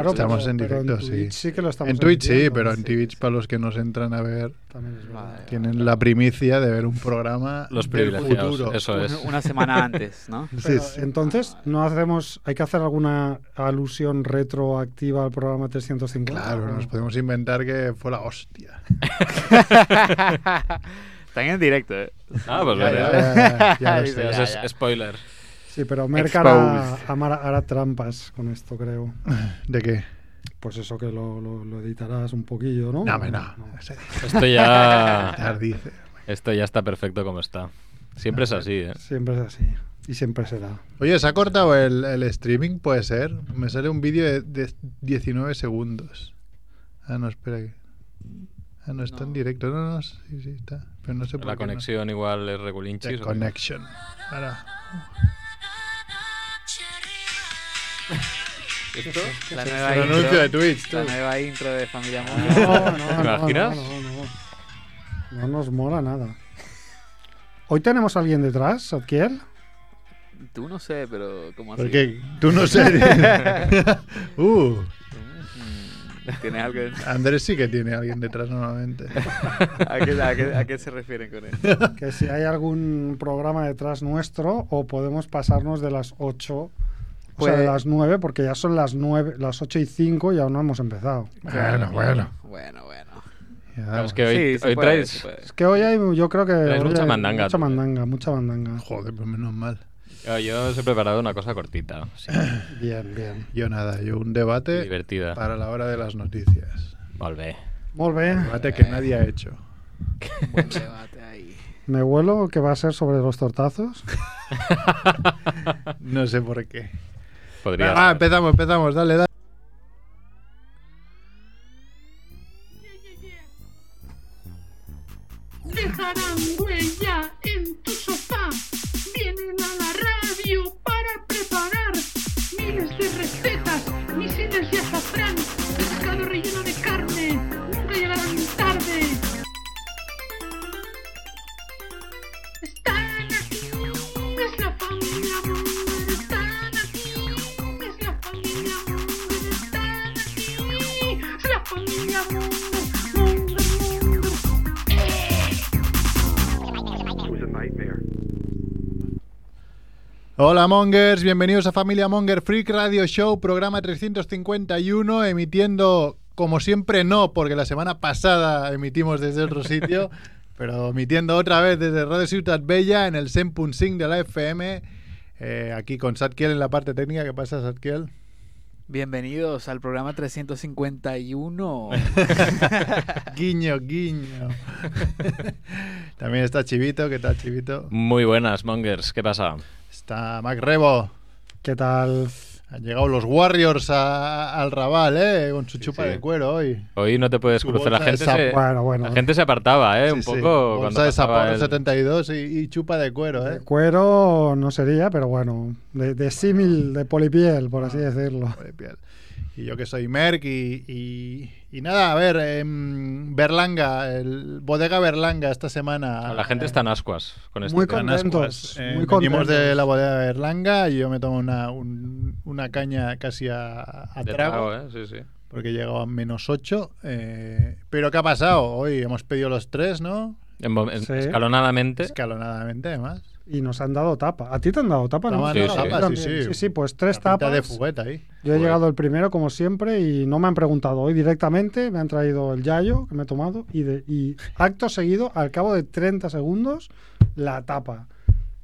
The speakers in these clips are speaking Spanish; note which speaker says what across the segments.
Speaker 1: Claro,
Speaker 2: Estamos
Speaker 1: pero-
Speaker 2: en
Speaker 1: pero
Speaker 2: directo, sí.
Speaker 1: Twitch sí que lo estamos
Speaker 2: en Twitch sí,
Speaker 1: emitiendo.
Speaker 2: pero en Twitch para los que nos entran a ver
Speaker 1: También es verdad.
Speaker 3: Madre
Speaker 2: tienen la primicia de ver un programa
Speaker 4: Los
Speaker 2: del
Speaker 4: privilegiados,
Speaker 2: futuro.
Speaker 4: eso es.
Speaker 3: Una semana antes, ¿no?
Speaker 1: Pero,
Speaker 2: Sí, sí.
Speaker 1: Entonces,
Speaker 2: ah,
Speaker 1: ¿no hacemos, hay que hacer alguna alusión retroactiva al programa 350?
Speaker 2: Claro, nos podemos inventar que fue la hostia.
Speaker 3: Están en directo, ¿eh?
Speaker 4: Ah, pues
Speaker 2: Ya,
Speaker 4: vale.
Speaker 2: ya, ya, ya, ya lo
Speaker 3: Dice,
Speaker 2: sé.
Speaker 3: ya,
Speaker 4: Eso es
Speaker 3: ya.
Speaker 4: spoiler.
Speaker 1: Sí, pero Merck hará, amar- hará trampas con esto, creo.
Speaker 2: ¿De qué?
Speaker 1: Pues eso que lo, lo- lo editarás un poquillo, ¿no?
Speaker 2: No, hombre, no. Ese-
Speaker 4: Esto ya,
Speaker 2: Tardice.
Speaker 4: esto ya está perfecto como está. Siempre es así, ¿eh?
Speaker 1: Siempre es así. Y siempre será.
Speaker 2: Oye, ¿se ha cortado el, el streaming? Puede ser. Me sale un vídeo de, de 19 segundos. Ah, no, espera. que- Ah, no está en
Speaker 3: No.
Speaker 2: directo. No, no, sí, sí, está. Pero no sé por
Speaker 4: La
Speaker 2: qué no.
Speaker 4: conexión igual es regulinchis.
Speaker 2: The
Speaker 4: ¿o qué?
Speaker 2: connection. Ahora.
Speaker 4: ¿Esto?
Speaker 3: La nueva
Speaker 2: El anuncio de Twitch. tú.
Speaker 3: La nueva intro de Familia
Speaker 1: No,
Speaker 3: Mundo.
Speaker 1: no, no, no,
Speaker 4: imaginas?
Speaker 1: No, no, no. No nos mola nada. Hoy tenemos a alguien detrás, Adquiel.
Speaker 3: Tú no sé, pero ¿cómo así?
Speaker 2: Porque tú no sé. uh,
Speaker 3: Mm, ¿Tienes algo en-
Speaker 2: Andrés sí que tiene a alguien detrás normalmente.
Speaker 3: ¿A qué, a qué- a qué se refieren con eso?
Speaker 1: Que si hay algún programa detrás nuestro o podemos pasarnos de las 8, o sea, de
Speaker 3: Pues-
Speaker 1: las 9, porque ya son las 9, las 8 y 5 y aún no hemos empezado.
Speaker 2: Bueno, bueno.
Speaker 3: Bueno, bueno.
Speaker 2: Ya
Speaker 4: Claro, es
Speaker 2: vamos.
Speaker 4: que hoy,
Speaker 3: Sí, se
Speaker 4: hoy
Speaker 3: puede,
Speaker 4: traes,
Speaker 3: se puede.
Speaker 1: Es que hoy hay, yo creo que...
Speaker 4: Traes
Speaker 1: hoy
Speaker 4: mucha
Speaker 1: hay
Speaker 4: mandanga,
Speaker 1: Mucha
Speaker 4: tú.
Speaker 1: mandanga, mucha mandanga.
Speaker 2: Joder, pues menos mal.
Speaker 4: Ah, Yo os he preparado una cosa cortita, sí,
Speaker 1: Bien, bien.
Speaker 2: Yo nada, yo un debate
Speaker 4: divertida.
Speaker 2: para la hora de las noticias.
Speaker 4: Volve.
Speaker 1: Molt bé.
Speaker 2: Debate
Speaker 4: Eh.
Speaker 2: que nadie ha hecho.
Speaker 3: Buen debate ahí.
Speaker 1: Me huelo que va a ser sobre los tortazos.
Speaker 2: No sé por qué.
Speaker 4: Podría.
Speaker 2: Venga, va,
Speaker 4: ser.
Speaker 2: empezamos, empezamos, dale, dale.
Speaker 5: Dejarán huella en tu sofá. Vienen a la radio para preparar miles de recetas, misiles de azafrán, pescado relleno de carne. Nunca llegarán tarde. Están aquí, es la familia Munger. Están aquí, es la familia Munger. Están aquí, es la familia Munger. Munger, Munger.
Speaker 2: Hola Mongers, bienvenidos a Familia Monger Freak Radio Show, programa 351, emitiendo como siempre no, porque la semana pasada emitimos desde otro sitio, pero emitiendo otra vez desde Radio Ciutat Bella en el 100.5 de la FM, eh, aquí con Satkiel en la parte técnica. ¿Qué pasa, Satkiel?
Speaker 3: Bienvenidos al programa 351.
Speaker 2: Guiño, guiño. También está Chivito, ¿qué tal, Chivito?
Speaker 4: Muy buenas, Mongers. ¿Qué pasa?
Speaker 2: Está Mac Rebo.
Speaker 1: ¿Qué tal?
Speaker 2: Han llegado los Warriors a- al Raval, ¿eh? Con su chupa
Speaker 4: sí.
Speaker 2: de cuero hoy.
Speaker 4: Hoy no te puedes
Speaker 2: Su
Speaker 4: cruzar. La
Speaker 2: bolsa de
Speaker 4: gente, se,
Speaker 1: Bueno, bueno.
Speaker 4: la gente se apartaba, ¿eh? Un
Speaker 2: Sí,
Speaker 4: poco.
Speaker 2: sí.
Speaker 4: cuando
Speaker 2: Bolsa de
Speaker 4: pasaba
Speaker 2: Sapporo
Speaker 4: el-
Speaker 2: 72 y, y chupa de cuero, ¿eh?
Speaker 1: De cuero no sería, pero bueno, de, de símil, de polipiel, por así decirlo.
Speaker 2: Joder, piel. Y yo que soy Merck y, y- y nada, a ver, em, Berlanga, el bodega Berlanga esta semana.
Speaker 4: Ah, La gente
Speaker 2: eh,
Speaker 4: está en ascuas con este esto.
Speaker 1: Muy
Speaker 2: están
Speaker 1: contentos,
Speaker 2: ascuas. Eh,
Speaker 1: muy
Speaker 2: venimos de
Speaker 1: contentos.
Speaker 2: la bodega Berlanga y yo me tomo una, un- una caña casi a, a
Speaker 4: De
Speaker 2: trago.
Speaker 4: trago, ¿eh? Sí, sí.
Speaker 2: Porque llegaba a menos 8. pero ¿qué ha pasado? Hoy hemos pedido los tres, ¿no?
Speaker 4: En mom- en-
Speaker 1: Sí.
Speaker 4: Escalonadamente.
Speaker 2: Escalonadamente, además.
Speaker 1: Y nos han dado tapa. ¿A ti te han dado tapa? ¿no?
Speaker 2: Toma,
Speaker 4: Sí,
Speaker 2: no,
Speaker 4: sí.
Speaker 2: tapas, sí,
Speaker 1: También.
Speaker 2: sí.
Speaker 1: sí, pues tres
Speaker 2: La pinta
Speaker 1: tapas.
Speaker 2: de fugueta ahí.
Speaker 1: Yo he
Speaker 4: Joder.
Speaker 1: llegado el primero, como siempre, y no me han preguntado. Hoy directamente me han traído el yayo que me he tomado y, de- y acto seguido, al cabo de 30 segundos, la tapa.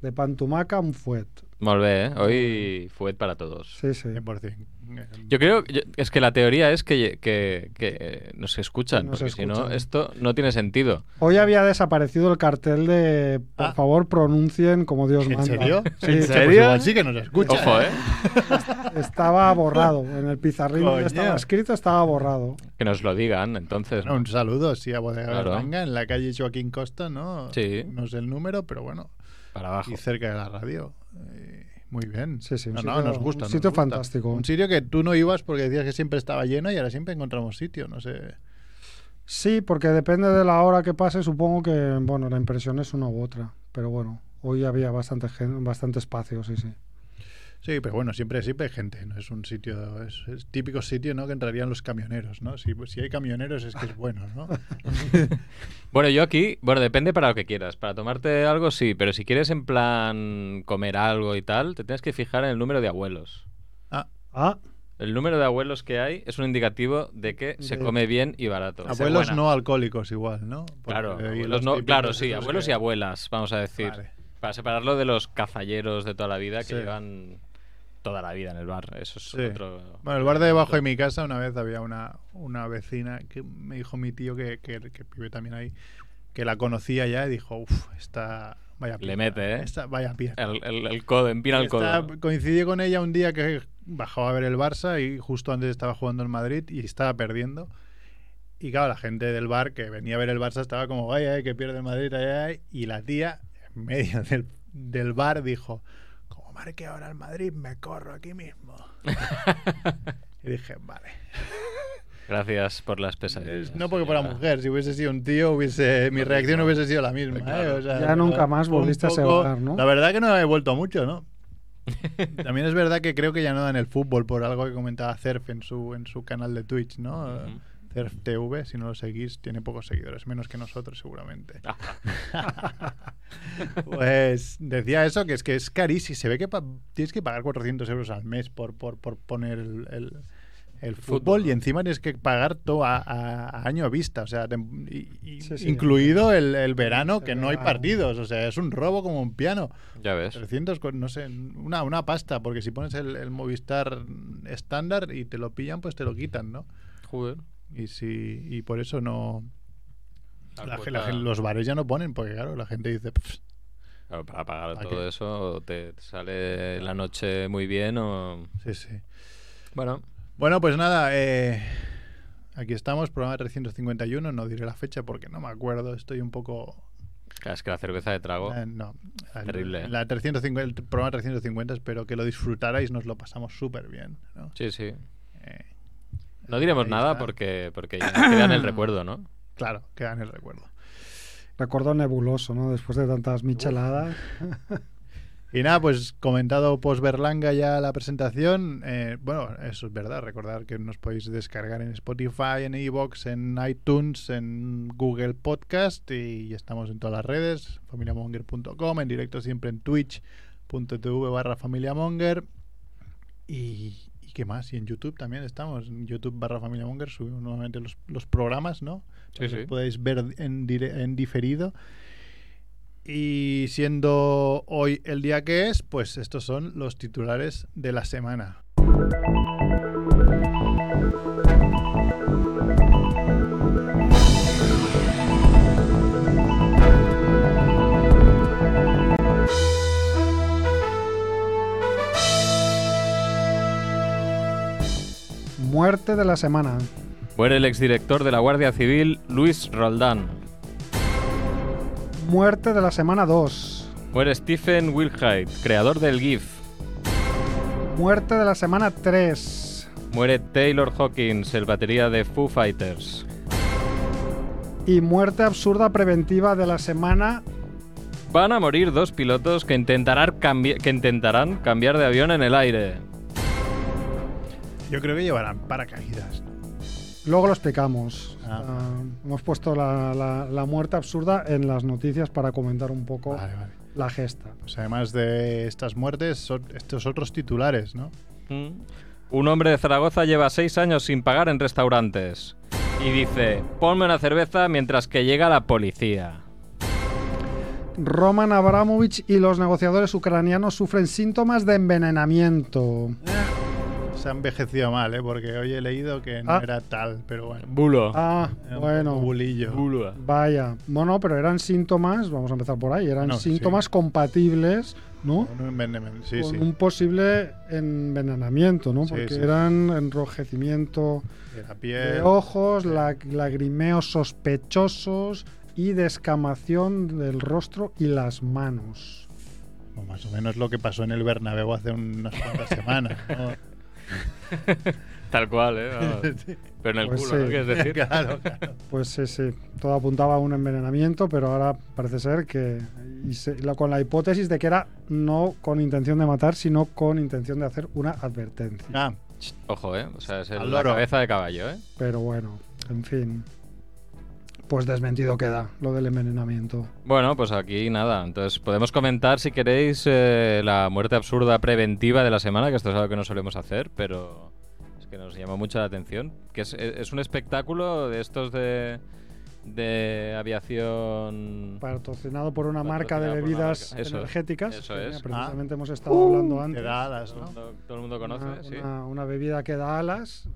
Speaker 1: De pantumaca, un fuet.
Speaker 4: Molt bé, ¿eh? Hoy fue para todos.
Speaker 1: Sí, sí.
Speaker 2: 100%.
Speaker 4: Yo creo, yo- es que la teoría es que, que, que, eh, nos escuchan,
Speaker 1: Nos
Speaker 4: porque si no,
Speaker 1: escuchan.
Speaker 4: esto no tiene sentido.
Speaker 1: Hoy había desaparecido el cartel de por
Speaker 2: Ah.
Speaker 1: favor pronuncien como Dios
Speaker 2: ¿En
Speaker 1: manda.
Speaker 2: serio?
Speaker 1: Sí,
Speaker 2: Que, pues,
Speaker 4: serio?
Speaker 2: igual sí que nos escucha.
Speaker 4: Ojo, ¿eh?
Speaker 1: estaba borrado. En el pizarrín donde
Speaker 2: Coño.
Speaker 1: estaba escrito estaba borrado.
Speaker 4: Que nos lo digan, entonces.
Speaker 2: Bueno, un saludo, sí, a Bodega
Speaker 4: eh. Claro.
Speaker 2: Berlanga, en la calle Joaquín Costa, ¿no?
Speaker 4: Sí.
Speaker 2: No sé el número, pero bueno,
Speaker 4: Para abajo.
Speaker 2: y cerca de la radio. Eh, muy bien.
Speaker 1: Sí, sí, un
Speaker 2: No,
Speaker 1: sitio-
Speaker 2: no, nos gusta.
Speaker 1: un
Speaker 2: nos
Speaker 1: sitio
Speaker 2: gusta.
Speaker 1: fantástico.
Speaker 2: Un sitio que tú no ibas porque decías que siempre estaba lleno y ahora siempre encontramos sitio, no sé.
Speaker 1: Sí, porque depende de la hora que pase, supongo que bueno, la impresión es una u otra. Pero bueno, hoy había bastante, gen- bastante espacio, sí, sí.
Speaker 2: Sí, pero bueno, siempre, siempre hay gente, ¿no? Es un sitio, es, es típico sitio, ¿no? Que entrarían los camioneros, ¿no? Si, si hay camioneros es que es bueno, ¿no?
Speaker 4: Bueno, yo aquí, bueno, depende para lo que quieras. Para tomarte algo, sí, pero si quieres en plan comer algo y tal, te tienes que fijar en el número de abuelos.
Speaker 2: Ah,
Speaker 1: Ah,
Speaker 4: El número de abuelos que hay es un indicativo de que se
Speaker 1: De-
Speaker 4: come bien y barato.
Speaker 2: abuelos
Speaker 4: Buena.
Speaker 2: no alcohólicos igual, ¿no? Porque
Speaker 4: Claro,
Speaker 2: hay
Speaker 4: abuelos
Speaker 2: los
Speaker 4: no-
Speaker 2: típicos
Speaker 4: claro, sí,
Speaker 2: estos
Speaker 4: abuelos
Speaker 2: que-
Speaker 4: y abuelas, vamos a decir.
Speaker 2: Vale.
Speaker 4: Para separarlo de los cazalleros de toda la vida que
Speaker 2: Sí.
Speaker 4: llevan toda la vida en el bar. Eso es
Speaker 2: Sí.
Speaker 4: otro.
Speaker 2: Bueno, el bar de debajo de mi casa, una vez había una, una vecina que me dijo mi tío que, que, que vive también ahí, que la conocía ya y dijo, uff, esta vaya
Speaker 4: Le mete, ¿eh?
Speaker 2: Esta vaya pieza.
Speaker 4: El, el- el codo, empina el
Speaker 2: Esta-
Speaker 4: codo.
Speaker 2: coincidí con ella un día que bajaba a ver el Barça y justo antes estaba jugando en Madrid y estaba perdiendo. Y claro, la gente del bar que venía a ver el Barça estaba como, ay, ay, que pierde el Madrid, ay, ay. Y la tía, en medio del, del bar, dijo, como marque ahora el Madrid, me corro aquí mismo. y dije, vale.
Speaker 4: Gracias por las pesadillas.
Speaker 2: Es- no porque
Speaker 4: señora.
Speaker 2: fuera mujer, si hubiese sido un tío, hubiese, mi
Speaker 4: Lo
Speaker 2: reacción
Speaker 4: mismo.
Speaker 2: hubiese sido la misma.
Speaker 4: Claro.
Speaker 2: ¿eh? O sea,
Speaker 1: Ya nunca más
Speaker 2: un
Speaker 1: volviste a ese
Speaker 2: poco-
Speaker 1: hogar, ¿no?
Speaker 2: La verdad que no he vuelto mucho, ¿no? También es verdad que creo que ya no dan el fútbol por algo que comentaba Cerf en su, en su canal de Twitch, ¿no?
Speaker 4: Ujú.
Speaker 2: Cerf TV, si no lo seguís, tiene pocos seguidores, menos que nosotros seguramente. pues decía eso, que es que es carísimo. Se ve que pa- tienes que pagar 400 euros al mes por, por, por poner el, el- el fútbol,
Speaker 4: Fútbol.
Speaker 2: y encima tienes que pagar todo a, a- a año vista, o sea, tem- y- y-
Speaker 1: Sí, sí.
Speaker 2: incluido el, el verano,
Speaker 1: El
Speaker 2: que no hay
Speaker 1: verano.
Speaker 2: partidos, o sea, es un robo como un piano.
Speaker 4: Ya ves.
Speaker 2: 300, con- no sé, una, una pasta, porque si pones el, el Movistar estándar y te lo pillan, pues te lo quitan, ¿no?
Speaker 4: Joder.
Speaker 2: Y, si, y por eso no...
Speaker 4: La
Speaker 2: la ge-
Speaker 4: cuota-
Speaker 2: la gen- los bares ya no ponen, porque claro, la gente dice, "Pff,
Speaker 4: Claro, para pagar
Speaker 2: ¿Para
Speaker 4: todo
Speaker 2: qué?
Speaker 4: eso, o te te sale la noche muy bien o.
Speaker 2: sí, sí.
Speaker 4: Bueno,
Speaker 2: Bueno, pues nada, eh, aquí estamos, programa 351, no diré la fecha porque no me acuerdo, estoy un poco...
Speaker 4: claro, es que la cerveza de trago.
Speaker 2: eh, no, el-
Speaker 4: Oh, Terrible, ¿eh?
Speaker 2: La 350, el programa 350, espero que lo disfrutarais, nos lo pasamos súper bien. ¿no?
Speaker 4: Sí, sí.
Speaker 2: Eh,
Speaker 4: No diremos
Speaker 2: ahí
Speaker 4: nada
Speaker 2: está.
Speaker 4: porque, porque ya queda en el recuerdo, ¿no?
Speaker 2: Claro, queda en el recuerdo.
Speaker 1: recuerdo nebuloso, ¿no? Después de tantas micheladas.
Speaker 2: Y nada, pues comentado post Berlanga ya la presentación. eh, bueno, eso es verdad. Recordar que nos podéis descargar en Spotify, en Evox, en iTunes, en Google Podcast y estamos en todas las redes. familiamonger.com, en directo siempre en twitch.tv barra familiamonger. Y, y qué más, y en YouTube también estamos. En YouTube barra familiamonger subimos nuevamente los, los programas, ¿no?
Speaker 4: Sí,
Speaker 2: Para que
Speaker 4: sí.
Speaker 2: los Podéis ver en, dire- en diferido. Y siendo hoy el día que es, pues estos son los titulares de la semana.
Speaker 1: Muerte de la semana.
Speaker 4: Muere el exdirector de la Guardia Civil, Luis Roldán.
Speaker 1: Muerte de la semana 2.
Speaker 4: Muere Stephen Wilhite, creador del GIF.
Speaker 1: Muerte de la semana 3.
Speaker 4: Muere Taylor Hawkins, el batería de Foo Fighters.
Speaker 1: Y muerte absurda preventiva de la semana.
Speaker 4: Van a morir dos pilotos que intentarán, cambi- que intentarán cambiar de avión en el aire.
Speaker 2: Yo creo que llevarán paracaídas.
Speaker 1: Luego lo explicamos.
Speaker 2: Ah.
Speaker 1: Ah, hemos puesto la, la- la muerte absurda en las noticias para comentar un poco
Speaker 2: Vale, vale.
Speaker 1: la gesta.
Speaker 2: Pues además de estas muertes, son estos otros titulares, ¿no?
Speaker 4: Mm. Un hombre de Zaragoza lleva seis años sin pagar en restaurantes. Y dice, ponme una cerveza mientras que llega la policía.
Speaker 1: Roman Abramovich y los negociadores ucranianos sufren síntomas de envenenamiento.
Speaker 2: Se ha envejecido mal, ¿eh? Porque hoy he leído que no
Speaker 1: Ah.
Speaker 2: era tal, pero bueno.
Speaker 4: Bulo.
Speaker 1: Ah,
Speaker 2: Era un poco
Speaker 1: bueno.
Speaker 2: bulillo.
Speaker 4: Bulo.
Speaker 1: Vaya, bueno, pero eran síntomas, vamos a empezar por ahí, eran
Speaker 2: No, sí.
Speaker 1: síntomas compatibles, ¿no?
Speaker 2: Un envenenamiento, Sí,
Speaker 1: con
Speaker 2: sí.
Speaker 1: un posible envenenamiento, ¿no?
Speaker 2: Sí,
Speaker 1: Porque
Speaker 2: sí.
Speaker 1: eran enrojecimiento
Speaker 2: De la
Speaker 1: de
Speaker 2: piel.
Speaker 1: ojos, la- lagrimeos sospechosos y descamación del rostro y las manos.
Speaker 2: o más o menos lo que pasó en el Bernabéu hace unas cuantas semanas, ¿no?
Speaker 4: Tal cual, ¿eh? Vamos. Pero en el
Speaker 1: Pues
Speaker 4: culo, ¿no
Speaker 1: sí.
Speaker 4: quieres decir?
Speaker 2: Claro, claro.
Speaker 1: Pues sí, sí, todo apuntaba a un envenenamiento, pero ahora parece ser que y se- la- con la hipótesis de que era no con intención de matar, sino con intención de hacer una advertencia.
Speaker 2: Ah,
Speaker 4: Ojo, ¿eh? O sea, es el-
Speaker 2: Al
Speaker 4: la
Speaker 2: loro.
Speaker 4: cabeza de caballo, ¿eh?
Speaker 1: Pero bueno, en fin. Pues desmentido queda lo del envenenamiento.
Speaker 4: Bueno, pues aquí nada. Entonces, podemos comentar, si queréis, eh, la muerte absurda preventiva de la semana, que esto es algo que no solemos hacer, pero es que nos llama mucho la atención. Que es, eh, es un espectáculo de estos de, de aviación...
Speaker 1: Patrocinado por una marca de
Speaker 4: Patrocinado por una
Speaker 1: bebidas
Speaker 4: marca. Eso-
Speaker 1: energéticas.
Speaker 4: eso
Speaker 1: que
Speaker 4: es.
Speaker 1: Precisamente hemos estado hablando
Speaker 2: Ah. te
Speaker 1: antes.
Speaker 2: da alas,
Speaker 4: Todo el
Speaker 2: ¿no?
Speaker 4: mundo- todo el mundo conoce,
Speaker 1: una,
Speaker 4: sí.
Speaker 1: una- una bebida que da alas.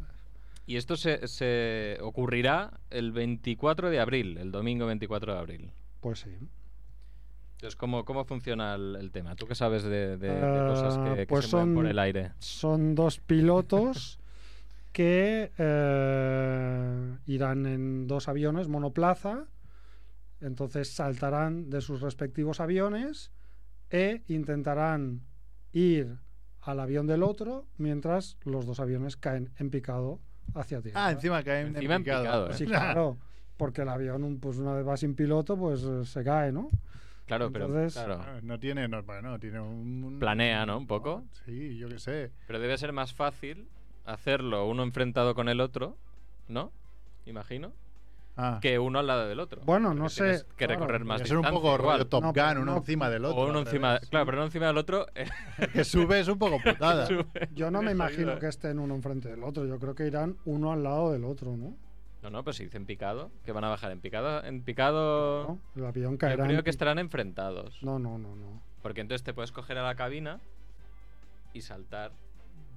Speaker 4: Y esto se, se ocurrirá el 24 de abril, el domingo 24 de abril.
Speaker 1: Pues sí.
Speaker 4: Entonces, ¿cómo, cómo funciona el, el tema? ¿Tú qué sabes de, de- de cosas
Speaker 1: Ah,
Speaker 4: que, que
Speaker 1: pues
Speaker 4: se mueven por
Speaker 1: son-
Speaker 4: el aire?
Speaker 1: Son dos pilotos que eh, irán en dos aviones monoplaza. Entonces saltarán de sus respectivos aviones e intentarán ir al avión del otro mientras los dos aviones caen en picado hacia tierra.
Speaker 2: Ah, encima caen en
Speaker 4: Encima en
Speaker 2: picado.
Speaker 4: picado, ¿eh?
Speaker 1: Sí, claro. Porque el avión, un- pues una vez va sin piloto, pues eh, se cae, ¿no?
Speaker 4: Claro,
Speaker 1: entonces-
Speaker 4: pero claro,
Speaker 2: Ah, No tiene, no, bueno, tiene un...
Speaker 4: planea, ¿no? Un poco.
Speaker 2: Sí, yo qué sé.
Speaker 4: Pero debe ser más fácil hacerlo uno enfrentado con el otro, ¿no? Imagino.
Speaker 2: Ah,
Speaker 4: Que uno al lado del otro.
Speaker 1: Bueno,
Speaker 4: Porque
Speaker 1: no sé,
Speaker 4: tienes Que
Speaker 1: claro,
Speaker 4: recorrer más
Speaker 2: debe ser un
Speaker 4: distancia
Speaker 2: poco
Speaker 4: igual.
Speaker 2: rollo Top
Speaker 1: No, pero
Speaker 2: Gun, uno
Speaker 1: no-
Speaker 2: encima del otro.
Speaker 4: o uno
Speaker 2: al
Speaker 4: encima,
Speaker 2: revés.
Speaker 4: claro, pero no encima del otro. eh,
Speaker 2: Que sube es un poco putada.
Speaker 4: sube.
Speaker 1: Yo no me
Speaker 4: Jodido,
Speaker 1: imagino
Speaker 4: eh.
Speaker 1: que estén uno enfrente del otro. Yo creo que irán uno al lado del otro, ¿no?
Speaker 4: No, no, pero si dicen picado, que van a bajar en picado, en picado.
Speaker 1: ¿No? El avión
Speaker 4: Yo
Speaker 1: caerá.
Speaker 4: creo
Speaker 1: en-
Speaker 4: que estarán enfrentados.
Speaker 1: No, no, no, no.
Speaker 4: Porque entonces te puedes coger a la cabina y saltar.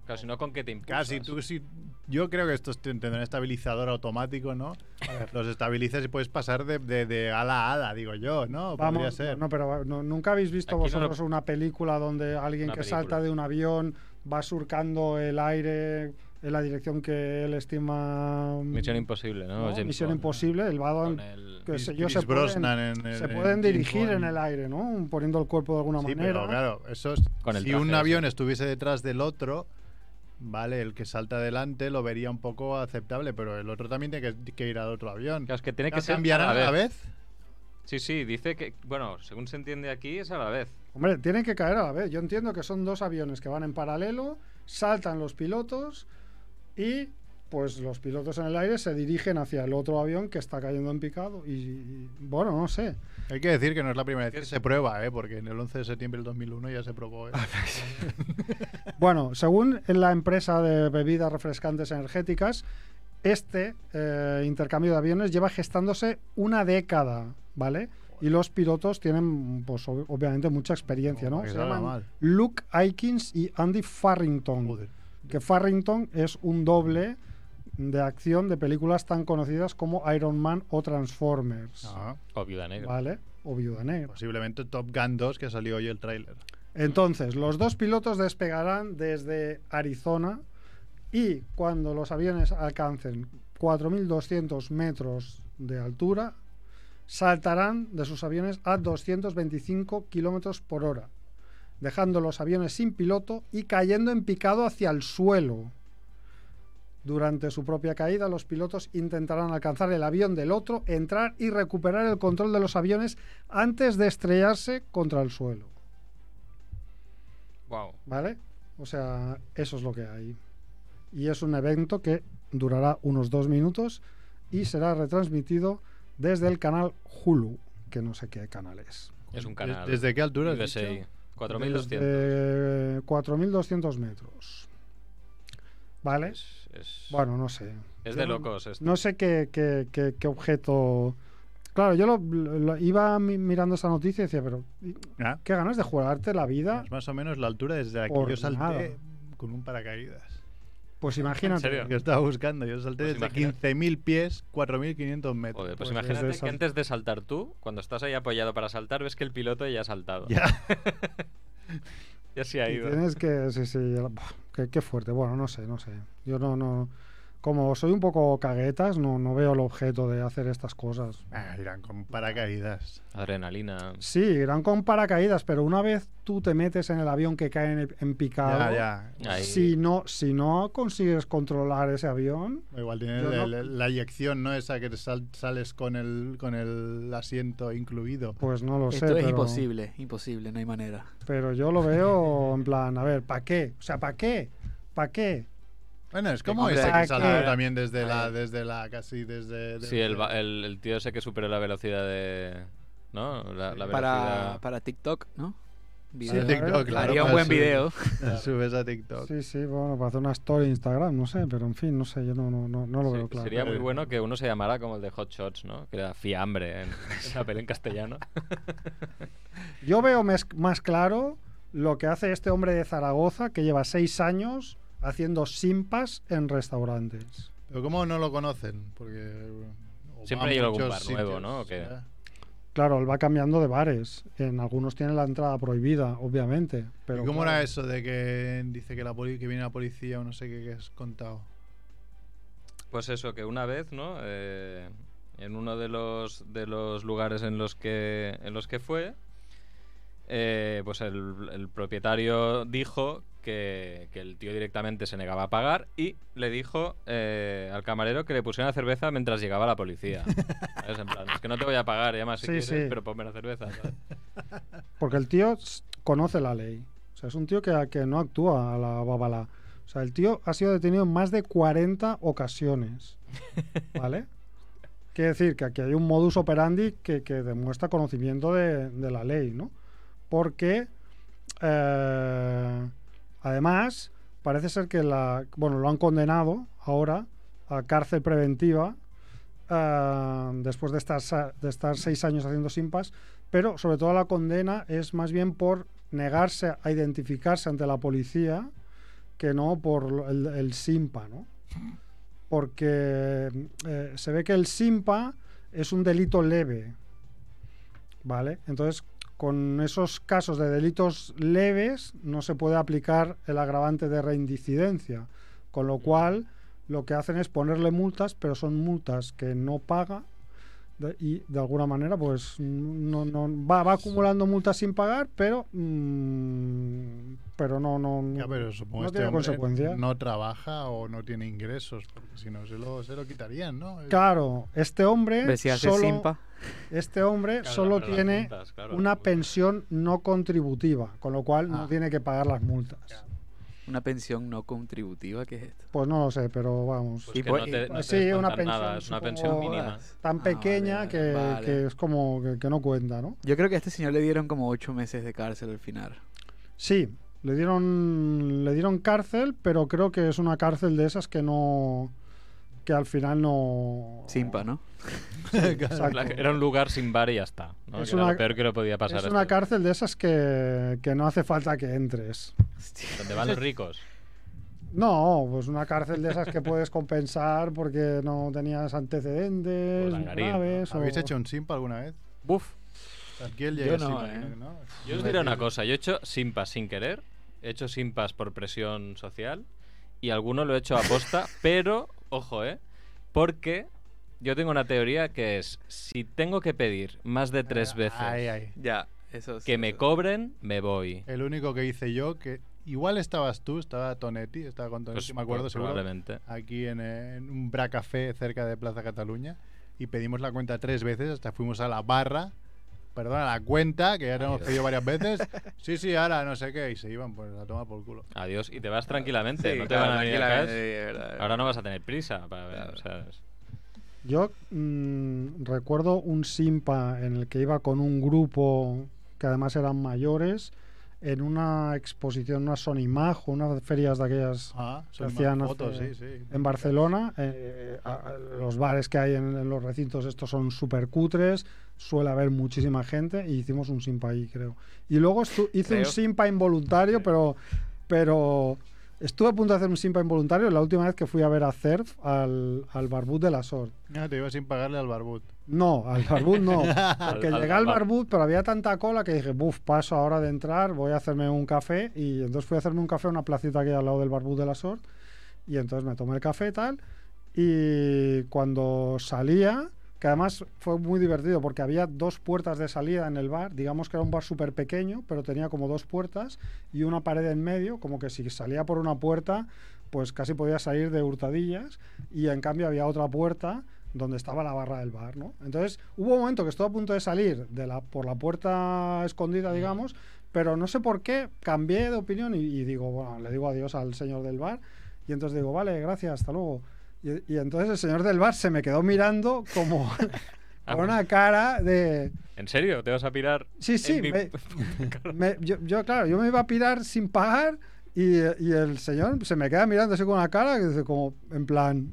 Speaker 4: Claro, si no, ¿con qué te impulsas?
Speaker 2: Casi, tú sí. Yo creo que estos ten- tendrán estabilizador automático, ¿no? Los estabilizas y puedes pasar de, de- de ala a ala, digo yo, ¿no? Podría
Speaker 1: Vamos,
Speaker 2: ser.
Speaker 1: no, pero va- no- nunca habéis visto
Speaker 4: Aquí no
Speaker 1: vosotros una película donde alguien
Speaker 4: Una
Speaker 1: que
Speaker 4: película.
Speaker 1: salta de un avión va surcando el aire en la dirección que él estima. mm,
Speaker 4: Misión imposible, ¿no?
Speaker 1: ¿no?
Speaker 4: James
Speaker 1: Misión
Speaker 4: Bond.
Speaker 1: imposible. El
Speaker 4: Con
Speaker 1: Badon.
Speaker 4: el-
Speaker 1: que
Speaker 2: Chris-
Speaker 1: sé yo, se
Speaker 2: Chris Brosnan en el-
Speaker 1: se
Speaker 2: en
Speaker 1: pueden
Speaker 2: James
Speaker 1: dirigir
Speaker 2: Bond.
Speaker 1: en el aire, ¿no? Poniendo el cuerpo de alguna
Speaker 2: Sí,
Speaker 1: manera.
Speaker 2: pero claro, eso es-
Speaker 4: Con el
Speaker 2: si
Speaker 4: traje
Speaker 2: un
Speaker 4: ese.
Speaker 2: avión estuviese detrás del otro, vale, el que salta adelante lo vería un poco aceptable, pero el otro también tiene que, que ir al otro avión.
Speaker 4: Claro, es que tiene que ser
Speaker 2: cambiarán
Speaker 4: a la
Speaker 2: a la
Speaker 4: vez.
Speaker 2: vez.
Speaker 4: Sí, sí, dice que, bueno, según se entiende aquí, es a la vez.
Speaker 1: Hombre, tienen que caer a la vez. Yo entiendo que son dos aviones que van en paralelo, saltan los pilotos y pues los pilotos en el aire se dirigen hacia el otro avión que está cayendo en picado. Y, y, bueno, no sé.
Speaker 2: Hay que decir que no es la primera vez que se prueba, ¿eh? porque en el 11 de septiembre del 2001 ya se probó. ¿eh?
Speaker 1: Bueno, según la empresa de bebidas refrescantes energéticas, este eh, intercambio de aviones lleva gestándose una década, ¿vale? Y los pilotos tienen, pues ob- obviamente, mucha experiencia,
Speaker 2: No,
Speaker 1: ¿no?
Speaker 2: que
Speaker 1: Se
Speaker 2: salga
Speaker 1: llaman
Speaker 2: mal.
Speaker 1: Luke Aikins y Andy Farrington.
Speaker 2: Joder.
Speaker 1: que Farrington es un doble de acción de películas tan conocidas como Iron Man o Transformers,
Speaker 2: Ajá.
Speaker 4: O Viuda Negra.
Speaker 1: ¿vale? O Viuda Negra.
Speaker 2: Posiblemente Top Gun 2 que salió hoy el tráiler.
Speaker 1: Entonces, los dos pilotos despegarán desde Arizona y cuando los aviones alcancen 4.200 metros de altura, saltarán de sus aviones a 225 kilómetros por hora, dejando los aviones sin piloto y cayendo en picado hacia el suelo. Durante su propia caída, los pilotos intentarán alcanzar el avión del otro, entrar y recuperar el control de los aviones antes de estrellarse contra el suelo.
Speaker 4: Wow.
Speaker 1: ¿Vale? O sea, eso es lo que hay. Y es un evento que durará unos dos minutos y será retransmitido desde el canal Hulu, que no sé qué canal es.
Speaker 4: Es un canal.
Speaker 2: ¿Desde qué altura has
Speaker 4: USA.
Speaker 2: dicho?
Speaker 4: 4200.
Speaker 1: Desde 4.200 metros. ¿Vale?
Speaker 4: Es, es-
Speaker 1: Bueno, no sé.
Speaker 4: es
Speaker 1: Yo
Speaker 4: de
Speaker 1: no-
Speaker 4: locos esto.
Speaker 1: No sé qué, qué- qué- qué objeto... Claro, yo lo, lo- iba mi- mirando esa noticia y decía, pero y-
Speaker 2: Ah,
Speaker 1: qué ganas de jugarte la vida.
Speaker 2: es más o menos la altura desde la que
Speaker 1: Por
Speaker 2: yo salté
Speaker 1: nada.
Speaker 2: con un paracaídas.
Speaker 1: Pues imagínate.
Speaker 4: serio?
Speaker 2: Que estaba buscando, yo salté
Speaker 4: Pues
Speaker 2: desde
Speaker 4: imagina-
Speaker 2: 15.000 pies, 4.500 metros.
Speaker 4: Joder,
Speaker 1: Pues
Speaker 4: pues,
Speaker 1: desde
Speaker 4: imagínate que
Speaker 1: esas-
Speaker 4: antes de saltar tú, cuando estás ahí apoyado para saltar, ves que el piloto ya ha saltado.
Speaker 2: Pues Ya.
Speaker 4: Ya se ha
Speaker 1: Y
Speaker 4: ido.
Speaker 1: Tienes que. Sí, sí. ya- buah, Qué, qué fuerte. Bueno, no sé, no sé. Yo no, no. como soy un poco caguetas, no, no veo el objeto de hacer estas cosas.
Speaker 2: Ah, irán con paracaídas.
Speaker 4: Adrenalina.
Speaker 1: Sí, irán con paracaídas, pero una vez tú te metes en el avión que cae en, el- en picado,
Speaker 2: Ya, ya.
Speaker 4: Ahí.
Speaker 1: Si, no, si no consigues controlar ese avión,
Speaker 2: Igual tiene
Speaker 1: Yo
Speaker 2: el-
Speaker 1: no-
Speaker 2: el- la eyección, ¿no? Esa que sal- sales con el, con el asiento incluido.
Speaker 1: pues no lo
Speaker 3: Esto es
Speaker 1: sé. pero,
Speaker 3: imposible, imposible, no hay manera.
Speaker 1: pero yo lo veo en plan, a ver, ¿para qué? O sea, ¿para qué? ¿Para qué?
Speaker 2: Bueno, es como
Speaker 1: Hombre,
Speaker 2: ese
Speaker 1: ah,
Speaker 2: que saltó
Speaker 1: que-
Speaker 2: también desde la,
Speaker 3: Ah.
Speaker 2: desde la, casi desde...
Speaker 4: Sí,
Speaker 2: desde-
Speaker 4: el, va- el, el tío ese que superó la velocidad de. ¿No? La, la
Speaker 3: Para,
Speaker 4: velocidad.
Speaker 3: para TikTok, ¿no?
Speaker 2: Sí,
Speaker 1: a
Speaker 3: Video.
Speaker 1: ver.
Speaker 2: TikTok, claro, pues
Speaker 3: Haría un
Speaker 2: para
Speaker 3: buen
Speaker 2: subir-
Speaker 3: video.
Speaker 2: Subes a TikTok.
Speaker 1: Sí, sí, bueno, para hacer una story en Instagram, no sé, pero en fin, no sé, yo no, no, no, no lo
Speaker 4: Sí,
Speaker 1: veo
Speaker 4: que
Speaker 1: claro. Eh.
Speaker 4: Sería muy bueno que uno se llamara como el de Hot Shots, ¿no? Que era fiambre en, en la peli en castellano.
Speaker 1: Yo veo mes- más claro lo que hace este hombre de Zaragoza que lleva seis años haciendo simpas en restaurantes.
Speaker 2: Pero ¿cómo no lo conocen? Porque... o
Speaker 4: Siempre
Speaker 2: va
Speaker 4: hay
Speaker 2: a
Speaker 4: algún
Speaker 2: muchos
Speaker 4: bar nuevo, ¿no? ¿O qué?
Speaker 2: ya.
Speaker 1: Claro, él va cambiando de bares. En algunos tienen la entrada prohibida, obviamente. Pero
Speaker 2: ¿Y cómo
Speaker 1: claro,
Speaker 2: era eso de que dice que, la poli- que viene la policía o no sé qué que has contado?
Speaker 4: Pues eso, que una vez, ¿no? Eh, en uno de los, de los lugares en los que, en los que fue, eh, pues el, el propietario dijo que, que el tío directamente se negaba a pagar y le dijo eh, al camarero que le pusiera cerveza mientras llegaba la policía. ¿Sabes? En plan, es que no te voy a pagar, llama si
Speaker 1: Sí,
Speaker 4: quieres,
Speaker 1: sí.
Speaker 4: pero ponme la cerveza. ¿sabes?
Speaker 1: Porque el tío s- conoce la ley. O sea, es un tío que, que no actúa a la babalá. O sea, el tío ha sido detenido en más de 40 ocasiones. ¿Vale? Quiere decir que aquí hay un modus operandi que, que demuestra conocimiento de, de la ley, ¿no? Porque, eh, además, parece ser que la, bueno, lo han condenado ahora a cárcel preventiva ah, después de estar, sa- de estar seis años haciendo simpas, pero sobre todo la condena es más bien por negarse a identificarse ante la policía que no por lo- el, el simpa, ¿no? Porque eh, se ve que el simpa es un delito leve, ¿vale? Entonces, con esos casos de delitos leves no se puede aplicar el agravante de reindincidencia, con lo cual lo que hacen es ponerle multas, pero son multas que no paga de- y de alguna manera pues no, no- va, va acumulando multas sin pagar, pero mm, pero no no, no-
Speaker 2: Ya, pero supongo
Speaker 1: no
Speaker 2: este
Speaker 1: tiene
Speaker 2: hombre
Speaker 1: consecuencias.
Speaker 2: No trabaja o no tiene ingresos, porque si no se lo, se lo quitarían, ¿no?
Speaker 1: Claro, este hombre
Speaker 3: Ves si hace
Speaker 1: solo
Speaker 3: simpa.
Speaker 1: este hombre
Speaker 4: Claro,
Speaker 1: solo
Speaker 4: pero las
Speaker 1: tiene
Speaker 4: multas, claro,
Speaker 1: una
Speaker 4: las multas.
Speaker 1: pensión no contributiva, con lo cual
Speaker 2: Ah.
Speaker 1: no tiene que pagar las multas.
Speaker 3: Una pensión no contributiva, ¿qué es esto?
Speaker 1: Pues no lo sé, pero vamos.
Speaker 4: Pues
Speaker 3: Y
Speaker 4: que
Speaker 3: por-
Speaker 4: no te, no te
Speaker 1: sí, una
Speaker 4: descuentan nada,
Speaker 1: pensión,
Speaker 4: es una
Speaker 1: supongo,
Speaker 4: pensión mínima.
Speaker 1: Tan
Speaker 3: Ah,
Speaker 1: pequeña
Speaker 3: vale,
Speaker 1: que,
Speaker 3: vale.
Speaker 1: que es como que, que no cuenta, ¿no?
Speaker 3: Yo creo que a este señor le dieron como ocho meses de cárcel al final.
Speaker 1: Sí, le dieron, le dieron cárcel, pero creo que es una cárcel de esas que no. que al final no.
Speaker 3: Simpa, ¿no?
Speaker 1: Exacto.
Speaker 4: La- Era un lugar sin bar y ya está. ¿no?
Speaker 1: Es
Speaker 4: Que era
Speaker 1: una-
Speaker 4: lo peor que le podía pasar.
Speaker 1: Es
Speaker 4: a
Speaker 1: una
Speaker 4: este-
Speaker 1: cárcel de esas que, que no hace falta que entres.
Speaker 4: Donde van los ricos.
Speaker 1: No, pues una cárcel de esas que puedes compensar porque no tenías antecedentes
Speaker 4: O langarín,
Speaker 1: graves. o-
Speaker 2: Pues ¿Habéis hecho un simpa alguna vez?
Speaker 3: Buf.
Speaker 2: Aquí el
Speaker 3: Yo
Speaker 2: llega
Speaker 3: no,
Speaker 2: simpa,
Speaker 3: ¿eh?
Speaker 2: imagino que no.
Speaker 4: Yo os diré una cosa, yo he hecho simpas sin querer, he hecho simpas por presión social y alguno lo he hecho a posta, pero, ojo, ¿eh? Porque yo tengo una teoría que es, si tengo que pedir más de tres veces
Speaker 2: Ay, ay.
Speaker 3: Ya, eso es.
Speaker 4: que me cobren, me voy.
Speaker 2: El único que hice yo, que igual estabas tú, estaba Tonetti, estaba con Tonetti,
Speaker 4: Pues,
Speaker 2: me acuerdo
Speaker 4: pro-
Speaker 2: seguro,
Speaker 4: probablemente.
Speaker 2: aquí en, eh, en un bra café cerca de Plaza Cataluña, y pedimos la cuenta tres veces, hasta fuimos a la barra, perdón, a la cuenta, que ya te hemos
Speaker 4: Dios.
Speaker 2: pedido varias veces, sí, sí, ahora no sé qué, y se iban, pues a tomar por culo.
Speaker 4: Adiós y te
Speaker 2: Ah,
Speaker 4: vas tranquilamente, no te van a venir a casa.
Speaker 2: eh,
Speaker 4: Ahora no vas a tener prisa para ver,
Speaker 3: Claro.
Speaker 4: ¿sabes?
Speaker 1: Yo mm, recuerdo un simpa en el que iba con un grupo que además eran mayores en una exposición, una Sonimajo, unas ferias de aquellas
Speaker 2: Ah,
Speaker 1: que
Speaker 2: son más
Speaker 1: hacían
Speaker 2: fotos,
Speaker 1: hace-
Speaker 2: sí, sí.
Speaker 1: en Barcelona. eh, a- a- los bares que hay en, en los recintos estos son súper cutres, suele haber muchísima gente y hicimos un simpa ahí, creo. Y luego estu- hice un
Speaker 4: Creo.
Speaker 1: simpa involuntario,
Speaker 4: Sí.
Speaker 1: pero, pero estuve a punto de hacer un simpa involuntario la última vez que fui a ver a Cerf al, al Barbud de la Sort.
Speaker 2: No, te iba sin pagarle al barbut.
Speaker 1: No, al barbud no. Porque
Speaker 4: al-
Speaker 1: llegué
Speaker 4: al
Speaker 1: al
Speaker 4: bar.
Speaker 1: barbud, pero había tanta cola que dije, buf, paso ahora de entrar, voy a hacerme un café. Y entonces fui a hacerme un café a una placita aquí al lado del barbud de la Sort. Y entonces me tomé el café tal. Y cuando salía, que además fue muy divertido porque había dos puertas de salida en el bar, digamos que era un bar súper pequeño, pero tenía como dos puertas y una pared en medio, como que si salía por una puerta, pues casi podía salir de hurtadillas y en cambio había otra puerta donde estaba la barra del bar, ¿no? Entonces hubo un momento que estuve a punto de salir de la, por la puerta escondida, digamos, pero no sé por qué cambié de opinión y, y digo, bueno, le digo adiós al señor del bar y entonces digo, vale, gracias, hasta luego. Y, y entonces el señor del bar se me quedó mirando como con una cara de...
Speaker 4: ¿En serio? ¿Te vas a pirar?
Speaker 1: Sí,
Speaker 4: en
Speaker 1: sí,
Speaker 4: mi-
Speaker 1: me- me- yo, yo, claro, yo me iba a pirar sin pagar y, y el señor se me queda mirando así con una cara que dice como, en plan,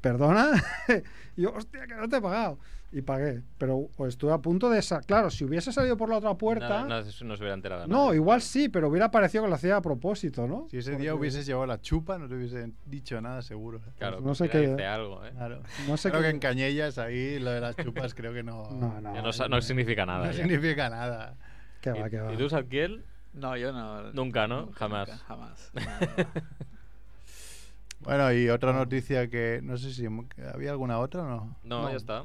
Speaker 1: ¿perdona? y yo, hostia, que no te he pagado. Y pagué, pero estuve a punto de... sa- Claro, si hubiese salido por la otra puerta...
Speaker 4: Nada, nada, eso no se hubiera enterado.
Speaker 1: no,
Speaker 4: nadie.
Speaker 1: igual sí, pero hubiera parecido que lo hacía a propósito, ¿no?
Speaker 2: Si ese
Speaker 1: Porque-
Speaker 2: día hubieses llevado la chupa, no te hubiesen dicho nada seguro. ¿eh?
Speaker 4: Claro,
Speaker 1: no sé
Speaker 4: hubiera
Speaker 1: qué-
Speaker 4: dice algo, ¿eh?
Speaker 2: Claro.
Speaker 1: No sé
Speaker 2: creo
Speaker 1: qué-
Speaker 2: que en Cañellas ahí lo de las chupas creo que no,
Speaker 1: No, no.
Speaker 4: Ya no, sa- no significa nada.
Speaker 2: no
Speaker 4: ya.
Speaker 2: significa nada.
Speaker 1: qué
Speaker 4: ¿Y-
Speaker 1: va, qué va.
Speaker 4: ¿Y, tú, Sadkiel?
Speaker 3: No, yo no.
Speaker 4: Nunca, ¿no? Jamás.
Speaker 3: nunca, jamás. No, no, no.
Speaker 2: Bueno, y otra noticia que no sé si hemos- había alguna otra o no.
Speaker 4: No, ya está.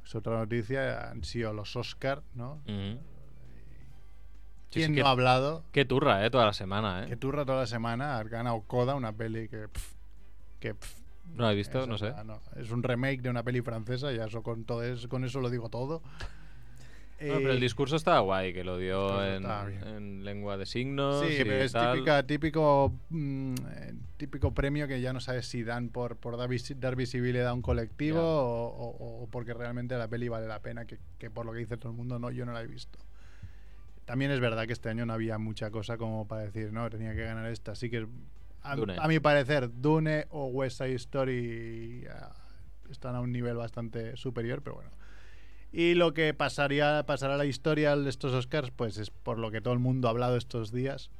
Speaker 2: Pues otra noticia han sido los Oscar, ¿no?
Speaker 3: Mm-hmm.
Speaker 4: Ujú. Sí, sí,
Speaker 2: ¿Quién
Speaker 4: qué,
Speaker 2: no ha hablado?
Speaker 4: qué turra, ¿eh? Toda la semana,
Speaker 2: Que
Speaker 4: ¿eh?
Speaker 2: turra toda la semana, ha ganado Coda, una peli que... pf, que pf,
Speaker 4: No la he visto,
Speaker 2: esa
Speaker 4: no sé.
Speaker 2: nada, Es un remake de una peli francesa, ya eso con, todo es, con eso lo digo todo.
Speaker 4: No, pero el
Speaker 2: Eh,
Speaker 4: discurso estaba guay, que lo dio
Speaker 2: discurso
Speaker 4: en,
Speaker 2: estaba bien.
Speaker 4: en lengua de signos.
Speaker 2: Sí,
Speaker 4: y
Speaker 2: pero es
Speaker 4: tal.
Speaker 2: típica, típico, mm, eh, típico premio que ya no sabes si dan por, por dar, visi- dar visibilidad a un colectivo
Speaker 4: Ya.
Speaker 2: o, o- o porque realmente la peli vale la pena, que, que por lo que dice todo el mundo, no, yo no la he visto. También es verdad que este año no había mucha cosa como para decir, no, tenía que ganar esta. Así que, a,
Speaker 4: Dune.
Speaker 2: a mi parecer, Dune o West Side Story eh, están a un nivel bastante superior, pero bueno. Y lo que pasaría, pasará a la historia de estos Oscars, pues es por lo que todo el mundo ha hablado estos días,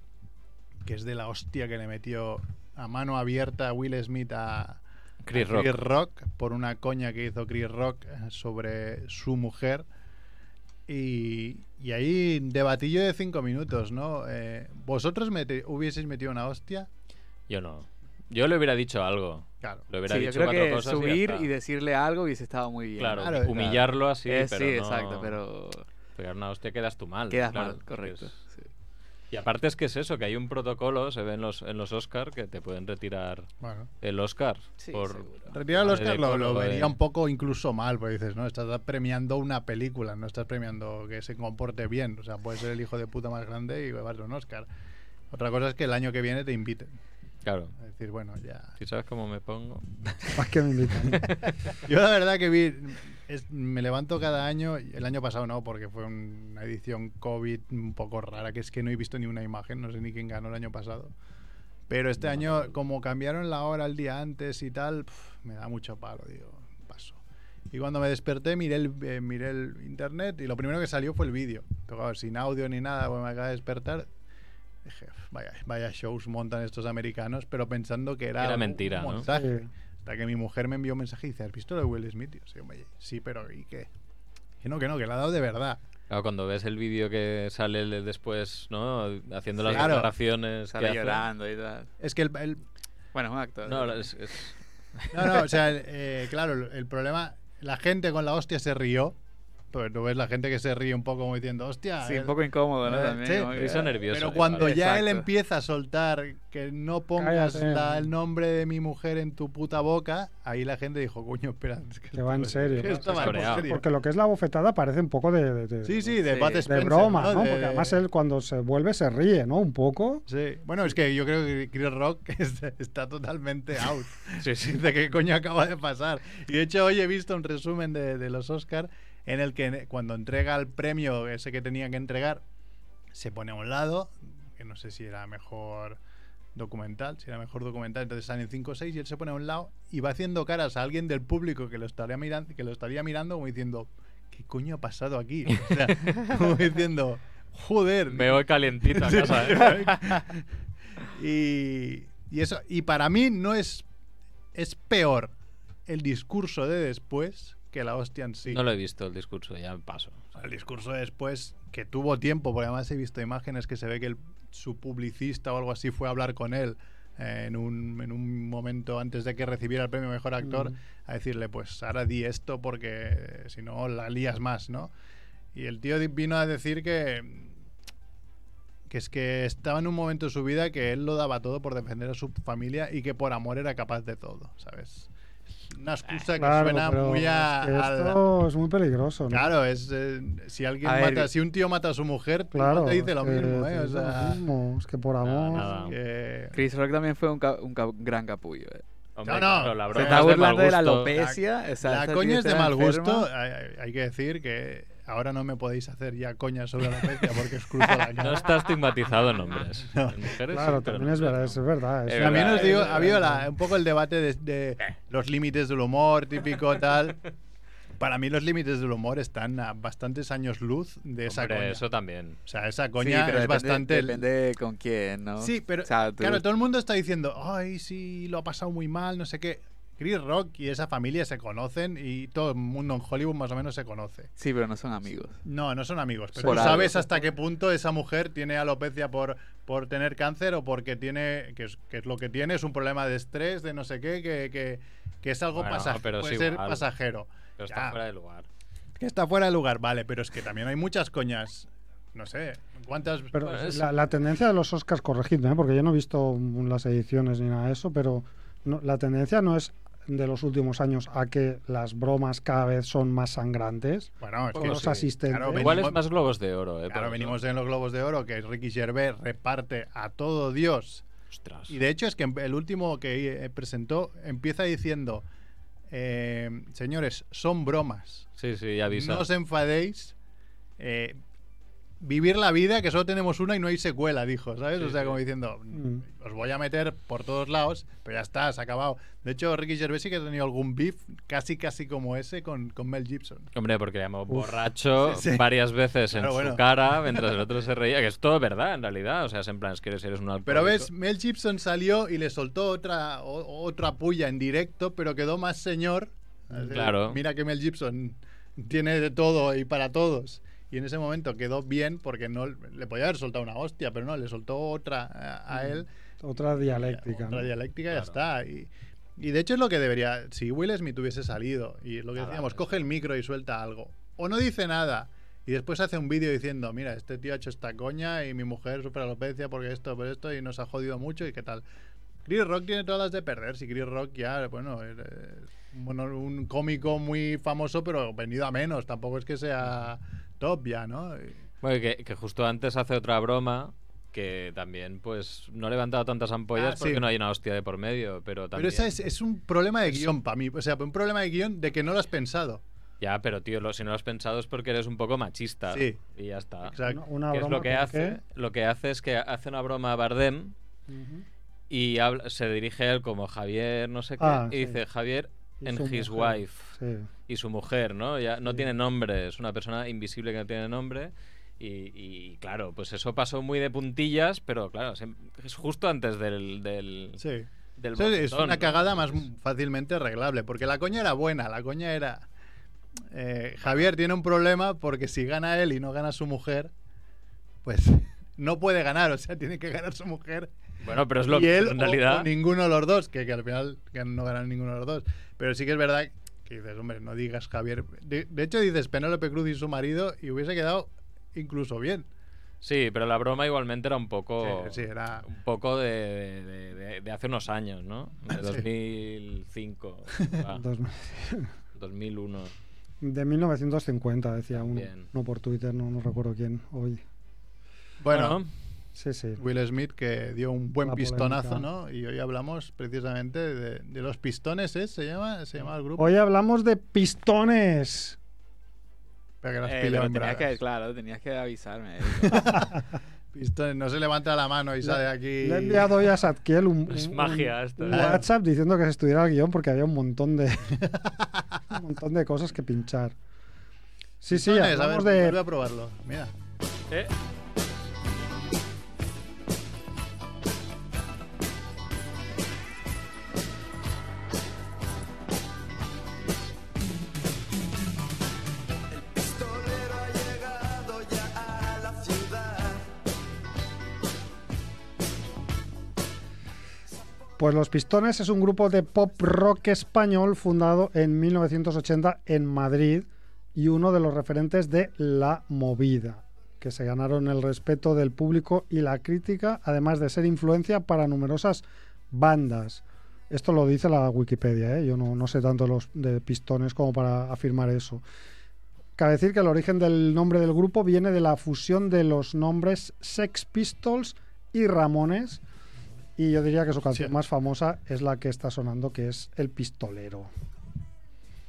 Speaker 2: que es de la hostia que le metió a mano abierta Will Smith a
Speaker 4: Chris
Speaker 2: a
Speaker 4: Rock.
Speaker 2: Rock, por una coña que hizo Chris Rock eh, sobre su mujer. Y, y ahí debatillo de cinco minutos, ¿no? Eh, ¿Vosotros mete- hubieseis metido una hostia?
Speaker 4: Yo no. Yo le hubiera dicho algo.
Speaker 2: Claro.
Speaker 4: Le hubiera
Speaker 3: Sí, yo
Speaker 4: dicho
Speaker 3: creo
Speaker 4: cuatro
Speaker 3: que
Speaker 4: cosas.
Speaker 3: subir
Speaker 4: ya
Speaker 3: y,
Speaker 4: está.
Speaker 3: decirle algo hubiese estado muy bien.
Speaker 4: Claro,
Speaker 2: Claro,
Speaker 4: humillarlo así.
Speaker 3: Eh,
Speaker 4: pero
Speaker 3: sí,
Speaker 4: no-
Speaker 3: exacto, pero
Speaker 4: Pegar una hostia quedas tú mal.
Speaker 3: quedas
Speaker 4: claro,
Speaker 3: mal, correcto.
Speaker 4: es-
Speaker 3: sí.
Speaker 4: Y aparte es que es eso, que hay un protocolo, se ve en los, en los Oscar, que te pueden retirar
Speaker 2: Bueno.
Speaker 4: el Oscar.
Speaker 3: Sí,
Speaker 4: por
Speaker 3: seguro.
Speaker 2: Retirar los
Speaker 4: Madre de
Speaker 2: Oscar lo, lo
Speaker 4: Córdoba, eh.
Speaker 2: vería un poco incluso mal, porque dices, no, estás premiando una película, no estás premiando que se comporte bien. O sea, puedes ser el hijo de puta más grande y llevarte un Oscar. Otra cosa es que el año que viene te inviten.
Speaker 4: Claro.
Speaker 2: Es decir, bueno, ya.
Speaker 4: Si sabes cómo me pongo.
Speaker 1: Más que me invitan.
Speaker 2: Yo la verdad que vi, es- me levanto cada año, el año pasado no, porque fue una edición COVID un poco rara, que es que no he visto ni una imagen, no sé ni quién ganó el año pasado. Pero este año, como cambiaron la hora el día antes y tal, pf, me da mucho palo, digo, paso. Y cuando me desperté miré el, eh, miré el internet y lo primero que salió fue el vídeo. Pero claro, sin audio ni nada, porque me acaba de despertar. Dije, vaya, vaya shows montan estos americanos, pero pensando que era,
Speaker 4: Era
Speaker 2: un-
Speaker 4: mentira,
Speaker 2: un
Speaker 4: ¿no?
Speaker 2: montaje.
Speaker 1: Sí.
Speaker 2: Hasta que mi mujer me envió un mensaje y dice, ¿has visto lo de Will Smith? Y yo, sí, hombre, sí, pero ¿y qué? Que no, que no, que la ha dado de verdad.
Speaker 4: Claro, cuando ves el vídeo que sale el- después, ¿no? Haciendo las
Speaker 2: Claro.
Speaker 4: declaraciones. que
Speaker 3: Sale
Speaker 4: hace.
Speaker 3: llorando y tal.
Speaker 2: Es que el... el-
Speaker 3: Bueno, es un actor.
Speaker 4: No, es- es-
Speaker 2: no, no, o sea, el- eh, claro, el, el problema, la gente con la hostia se rió, pero tú ves la gente que se ríe un poco como diciendo, hostia...
Speaker 3: Sí,
Speaker 2: eh,
Speaker 3: un poco incómodo, ¿no?
Speaker 2: eh,
Speaker 3: También,
Speaker 2: sí.
Speaker 3: como que-
Speaker 4: Risa nerviosa.
Speaker 2: Pero
Speaker 4: Nervioso,
Speaker 2: cuando
Speaker 3: claro.
Speaker 2: ya él
Speaker 3: Exacto.
Speaker 2: empieza a soltar que no pongas
Speaker 1: Cállate.
Speaker 2: la- el nombre de mi mujer en tu puta boca, ahí la gente dijo, coño, espera, es que
Speaker 1: Que va en
Speaker 2: esto-
Speaker 1: serio.
Speaker 2: que esto va
Speaker 4: Cabreado.
Speaker 2: en serio.
Speaker 1: Porque lo que es la bofetada parece un poco de, de- de-
Speaker 2: Sí, sí, de
Speaker 3: Sí.
Speaker 2: Bud
Speaker 3: De
Speaker 1: de
Speaker 2: Spencer,
Speaker 1: broma, ¿no?
Speaker 2: De-
Speaker 1: Porque además él cuando se vuelve se ríe, ¿no? Un poco.
Speaker 2: Sí, bueno, es que yo creo que Chris Rock está, está totalmente out.
Speaker 4: sí,
Speaker 2: Sí,
Speaker 4: sí.
Speaker 2: de qué coño acaba de pasar. Y de hecho, hoy he visto un resumen de, de los Oscar en el que cuando entrega el premio ese que tenía que entregar, se pone a un lado, que no sé si era mejor documental, si era mejor documental, entonces salen 5 o 6 y él se pone a un lado y va haciendo caras a alguien del público que lo estaría mirando, que lo estaría mirando como diciendo, ¿qué coño ha pasado aquí? O sea, como diciendo, joder,
Speaker 4: Me voy calientito a casa, ¿eh?
Speaker 2: y, y eso, y para mí no es. Es peor el discurso de después que la hostia en sí.
Speaker 4: No lo he visto el discurso, ya paso.
Speaker 2: El discurso de después, que tuvo tiempo, porque además he visto imágenes que se ve que el- su publicista o algo así fue a hablar con él eh, en, un, en un momento antes de que recibiera el premio Mejor Actor
Speaker 1: Ujú.
Speaker 2: a decirle, pues ahora di esto porque eh, si no la lías más, ¿no? Y el tío di- vino a decir que, que es que estaba en un momento de su vida que él lo daba todo por defender a su familia y que por amor era capaz de todo, ¿sabes? Una excusa que
Speaker 1: Claro,
Speaker 2: suena
Speaker 1: pero
Speaker 2: muy a,
Speaker 1: es que
Speaker 2: al-
Speaker 1: esto es muy peligroso, ¿no?
Speaker 2: Claro, es eh, si alguien
Speaker 3: A ver,
Speaker 2: mata, si un tío mata a su mujer, tu
Speaker 1: Claro,
Speaker 2: te dice
Speaker 1: es
Speaker 2: lo
Speaker 1: que
Speaker 2: mismo,
Speaker 1: te
Speaker 2: ¿eh? O
Speaker 1: dice lo
Speaker 2: sea,
Speaker 1: mismo, es que por amor.
Speaker 4: nada.
Speaker 2: que-
Speaker 3: Chris Rock también fue un, ca- un ca- gran capullo. eh.
Speaker 2: No,
Speaker 4: Hombre,
Speaker 2: no.
Speaker 4: claro, la
Speaker 3: Se
Speaker 4: broma
Speaker 3: está
Speaker 4: es de mal
Speaker 3: burlando de la
Speaker 4: gusto.
Speaker 3: alopecia. o sea,
Speaker 2: la
Speaker 3: esta
Speaker 2: coña
Speaker 3: tía
Speaker 2: es de
Speaker 3: estaba
Speaker 2: mal gusto.
Speaker 3: enferma.
Speaker 2: Hay, hay- hay que decir que ahora no me podéis hacer ya coña sobre la bestia porque os cruzo la
Speaker 4: No
Speaker 2: cara.
Speaker 4: está estigmatizado en hombres. En mujeres
Speaker 1: Claro,
Speaker 4: sí, pero
Speaker 1: también
Speaker 4: en
Speaker 1: es verdad,
Speaker 4: hombres
Speaker 1: es verdad. es
Speaker 4: Es
Speaker 1: verdad.
Speaker 2: También
Speaker 4: verdad,
Speaker 2: os digo,
Speaker 4: es
Speaker 2: ha habido la- un poco el debate de, de los límites del humor, típico tal. Para mí los límites del humor están a bastantes años luz de
Speaker 4: no.
Speaker 2: esa
Speaker 4: Hombre,
Speaker 2: coña.
Speaker 4: eso también.
Speaker 2: O sea, esa
Speaker 3: Sí,
Speaker 2: coña
Speaker 3: pero
Speaker 2: es
Speaker 3: depende,
Speaker 2: bastante...
Speaker 3: Depende con quién, ¿no?
Speaker 2: Sí, pero
Speaker 3: O sea, tú-
Speaker 2: claro, todo el mundo está diciendo, ay, sí, lo ha pasado muy mal, no sé qué. Chris Rock y esa familia se conocen y todo el mundo en Hollywood más o menos se conoce.
Speaker 3: Sí, pero no son amigos.
Speaker 2: No, no son amigos, pero
Speaker 3: Por
Speaker 2: tú
Speaker 3: algo.
Speaker 2: sabes hasta qué punto esa mujer tiene alopecia por, por tener cáncer o porque tiene, que es, que es lo que tiene, es un problema de estrés, de no sé qué, que, que- que es algo
Speaker 4: Bueno,
Speaker 2: pasajero,
Speaker 4: pero es
Speaker 2: puede ser
Speaker 4: igual.
Speaker 2: pasajero.
Speaker 4: Pero
Speaker 2: Ya,
Speaker 4: está fuera de lugar.
Speaker 2: Que está fuera de lugar, vale, pero es que también hay muchas coñas, no sé, ¿cuántas?
Speaker 1: Pero
Speaker 4: Bueno, es-
Speaker 1: la, la tendencia de los Oscars, corregidme, ¿eh? porque yo no he visto mm, las ediciones ni nada de eso, pero no- la tendencia no es de los últimos años a que las bromas cada vez son más sangrantes.
Speaker 2: bueno, es
Speaker 1: Que
Speaker 2: que-
Speaker 1: los
Speaker 4: sí.
Speaker 1: asistentes.
Speaker 2: Claro,
Speaker 4: Igual es
Speaker 2: venimos-
Speaker 4: más globos de oro, ¿eh?
Speaker 2: Claro,
Speaker 4: por eso.
Speaker 2: venimos en los Globos de Oro, que Ricky Gervais reparte a todo Dios.
Speaker 4: Ostras.
Speaker 2: Y de hecho es que el último que eh, presentó empieza diciendo, eh, señores, son bromas,
Speaker 4: Sí, sí, ya avisa.
Speaker 2: no os enfadéis, eh, vivir la vida que solo tenemos una y no hay secuela, dijo, ¿sabes?
Speaker 4: Sí,
Speaker 2: o sea,
Speaker 4: sí.
Speaker 2: como diciendo,
Speaker 1: Mm.
Speaker 2: os voy a meter por todos lados, pero ya está, se ha acabado. De hecho, Ricky Gervais sí que ha tenido algún beef casi, casi como ese con, con Mel Gibson.
Speaker 4: Hombre, porque le llamó borracho
Speaker 2: Sí, sí.
Speaker 4: varias veces en
Speaker 2: Claro, bueno.
Speaker 4: su cara mientras el otro se reía, que es todo verdad en realidad. O sea, es en plan, es que eres eres un
Speaker 2: Pero
Speaker 4: alcohólico.
Speaker 2: ves, Mel Gibson salió y le soltó otra, o- otra puya en directo, pero quedó más señor.
Speaker 4: Claro.
Speaker 2: Mira que Mel Gibson tiene de todo y para todos. Y en ese momento quedó bien porque no le podía haber soltado una hostia, pero no, le soltó otra a, a él.
Speaker 1: Otra dialéctica.
Speaker 2: Otra
Speaker 1: ¿no?
Speaker 2: dialéctica y ya
Speaker 4: Claro.
Speaker 2: está. Y, y de hecho es lo que debería. Si Will Smith hubiese salido y lo que
Speaker 4: Nada,
Speaker 2: decíamos,
Speaker 4: eso.
Speaker 2: coge el micro y suelta algo. O no dice nada. Y después hace un vídeo diciendo, mira, este tío ha hecho esta coña y mi mujer sufre alopecia porque esto, por esto y nos ha jodido mucho y qué tal. Chris Rock tiene todas las de perder. Si Chris Rock ya, bueno, es, eh, bueno, un cómico muy famoso, pero venido a menos. Tampoco es que sea top ya, ¿no? Y-
Speaker 4: Bueno, que, que justo antes hace otra broma que también, pues, no ha levantado tantas ampollas
Speaker 2: Ah, sí.
Speaker 4: porque no hay una hostia de por medio, pero
Speaker 2: Pero
Speaker 4: también...
Speaker 2: ese es, es un problema de guión para mí. O sea, un problema de guión de que no lo has pensado.
Speaker 4: Ya, pero tío, lo- si no lo has pensado es porque eres un poco machista.
Speaker 2: Sí.
Speaker 4: Y ya está.
Speaker 2: Exacto.
Speaker 1: Una, una
Speaker 4: ¿Qué es
Speaker 1: broma
Speaker 4: lo que
Speaker 1: ¿por
Speaker 4: hace? Lo que hace es que hace una broma a Bardem
Speaker 1: qué? Ujú.
Speaker 4: y habla- se dirige a él como Javier, no sé qué,
Speaker 1: Ah,
Speaker 4: y
Speaker 1: sí.
Speaker 4: dice Javier
Speaker 1: Y
Speaker 4: and
Speaker 1: su
Speaker 4: his
Speaker 1: mujer.
Speaker 4: wife.
Speaker 1: Sí.
Speaker 4: y su mujer, ¿no? Ya no
Speaker 1: Sí.
Speaker 4: tiene nombre, es una persona invisible que no tiene nombre. Y, y, claro, pues eso pasó muy de puntillas, pero claro, se- es justo antes del. del,
Speaker 2: Sí.
Speaker 4: del
Speaker 2: Sí, es
Speaker 4: bofetón,
Speaker 2: una
Speaker 4: ¿no?
Speaker 2: cagada más fácilmente arreglable, porque la coña era buena, la coña era... eh, Javier tiene un problema porque si gana él y no gana su mujer, pues no puede ganar, o sea, tiene que ganar su mujer
Speaker 4: Bueno, pero es lo
Speaker 2: y
Speaker 4: que
Speaker 2: él
Speaker 4: en
Speaker 2: o-
Speaker 4: realidad.
Speaker 2: o ninguno de los dos, que, que al final que no ganan ninguno de los dos. Pero sí que es verdad que dices, hombre, no digas Javier. De, de hecho dices Penélope Cruz y su marido y hubiese quedado incluso bien.
Speaker 4: Sí, pero la broma igualmente era un poco.
Speaker 2: Sí, sí, era...
Speaker 4: Un poco de, de, de- de hace unos años, ¿no? De 2005,
Speaker 2: Ah.
Speaker 4: va,
Speaker 1: Dos-
Speaker 4: 2001.
Speaker 1: de 1950, decía uno.
Speaker 4: También.
Speaker 1: No por Twitter, no, no recuerdo quién hoy.
Speaker 2: Bueno,
Speaker 1: Sí, sí.
Speaker 2: Will Smith que dio un buen
Speaker 1: La
Speaker 2: pistonazo,
Speaker 1: polémica.
Speaker 2: ¿no? Y hoy hablamos precisamente de, de los pistones, ¿eh? ¿Se llama, se llama el grupo?
Speaker 1: Hoy hablamos de pistones.
Speaker 2: Para que las
Speaker 3: Eh,
Speaker 2: pilas
Speaker 3: pero
Speaker 2: en
Speaker 3: tenías
Speaker 2: bragas.
Speaker 3: que, claro, tenías que avisarme. eh.
Speaker 2: Pistones, no se levanta la mano y sale aquí.
Speaker 1: Le he enviado hoy a Sadkiel un,
Speaker 4: Es
Speaker 1: un-
Speaker 4: magia esto,
Speaker 1: un
Speaker 4: ¿eh?
Speaker 1: WhatsApp diciendo que se estudiara el guión porque había un montón de un montón de cosas que pinchar. Sí, sí,
Speaker 2: Pistones, a ver,
Speaker 1: hablamos
Speaker 2: vuelve
Speaker 1: de
Speaker 2: a probarlo. Mira.
Speaker 4: Eh,
Speaker 6: Pistolero ha llegado ya a la ciudad.
Speaker 1: Pues Los Pistones es un grupo de pop rock español fundado en 1980 en Madrid y uno de los referentes de la movida, que se ganaron el respeto del público y la crítica, además de ser influencia para numerosas bandas. Esto lo dice la Wikipedia, ¿eh? yo no, no sé tanto los de Pistones como para afirmar eso. Cabe decir que el origen del nombre del grupo viene de la fusión de los nombres Sex Pistols y Ramones. Y yo diría que su canción
Speaker 2: Sí.
Speaker 1: más famosa es la que está sonando, que es El Pistolero.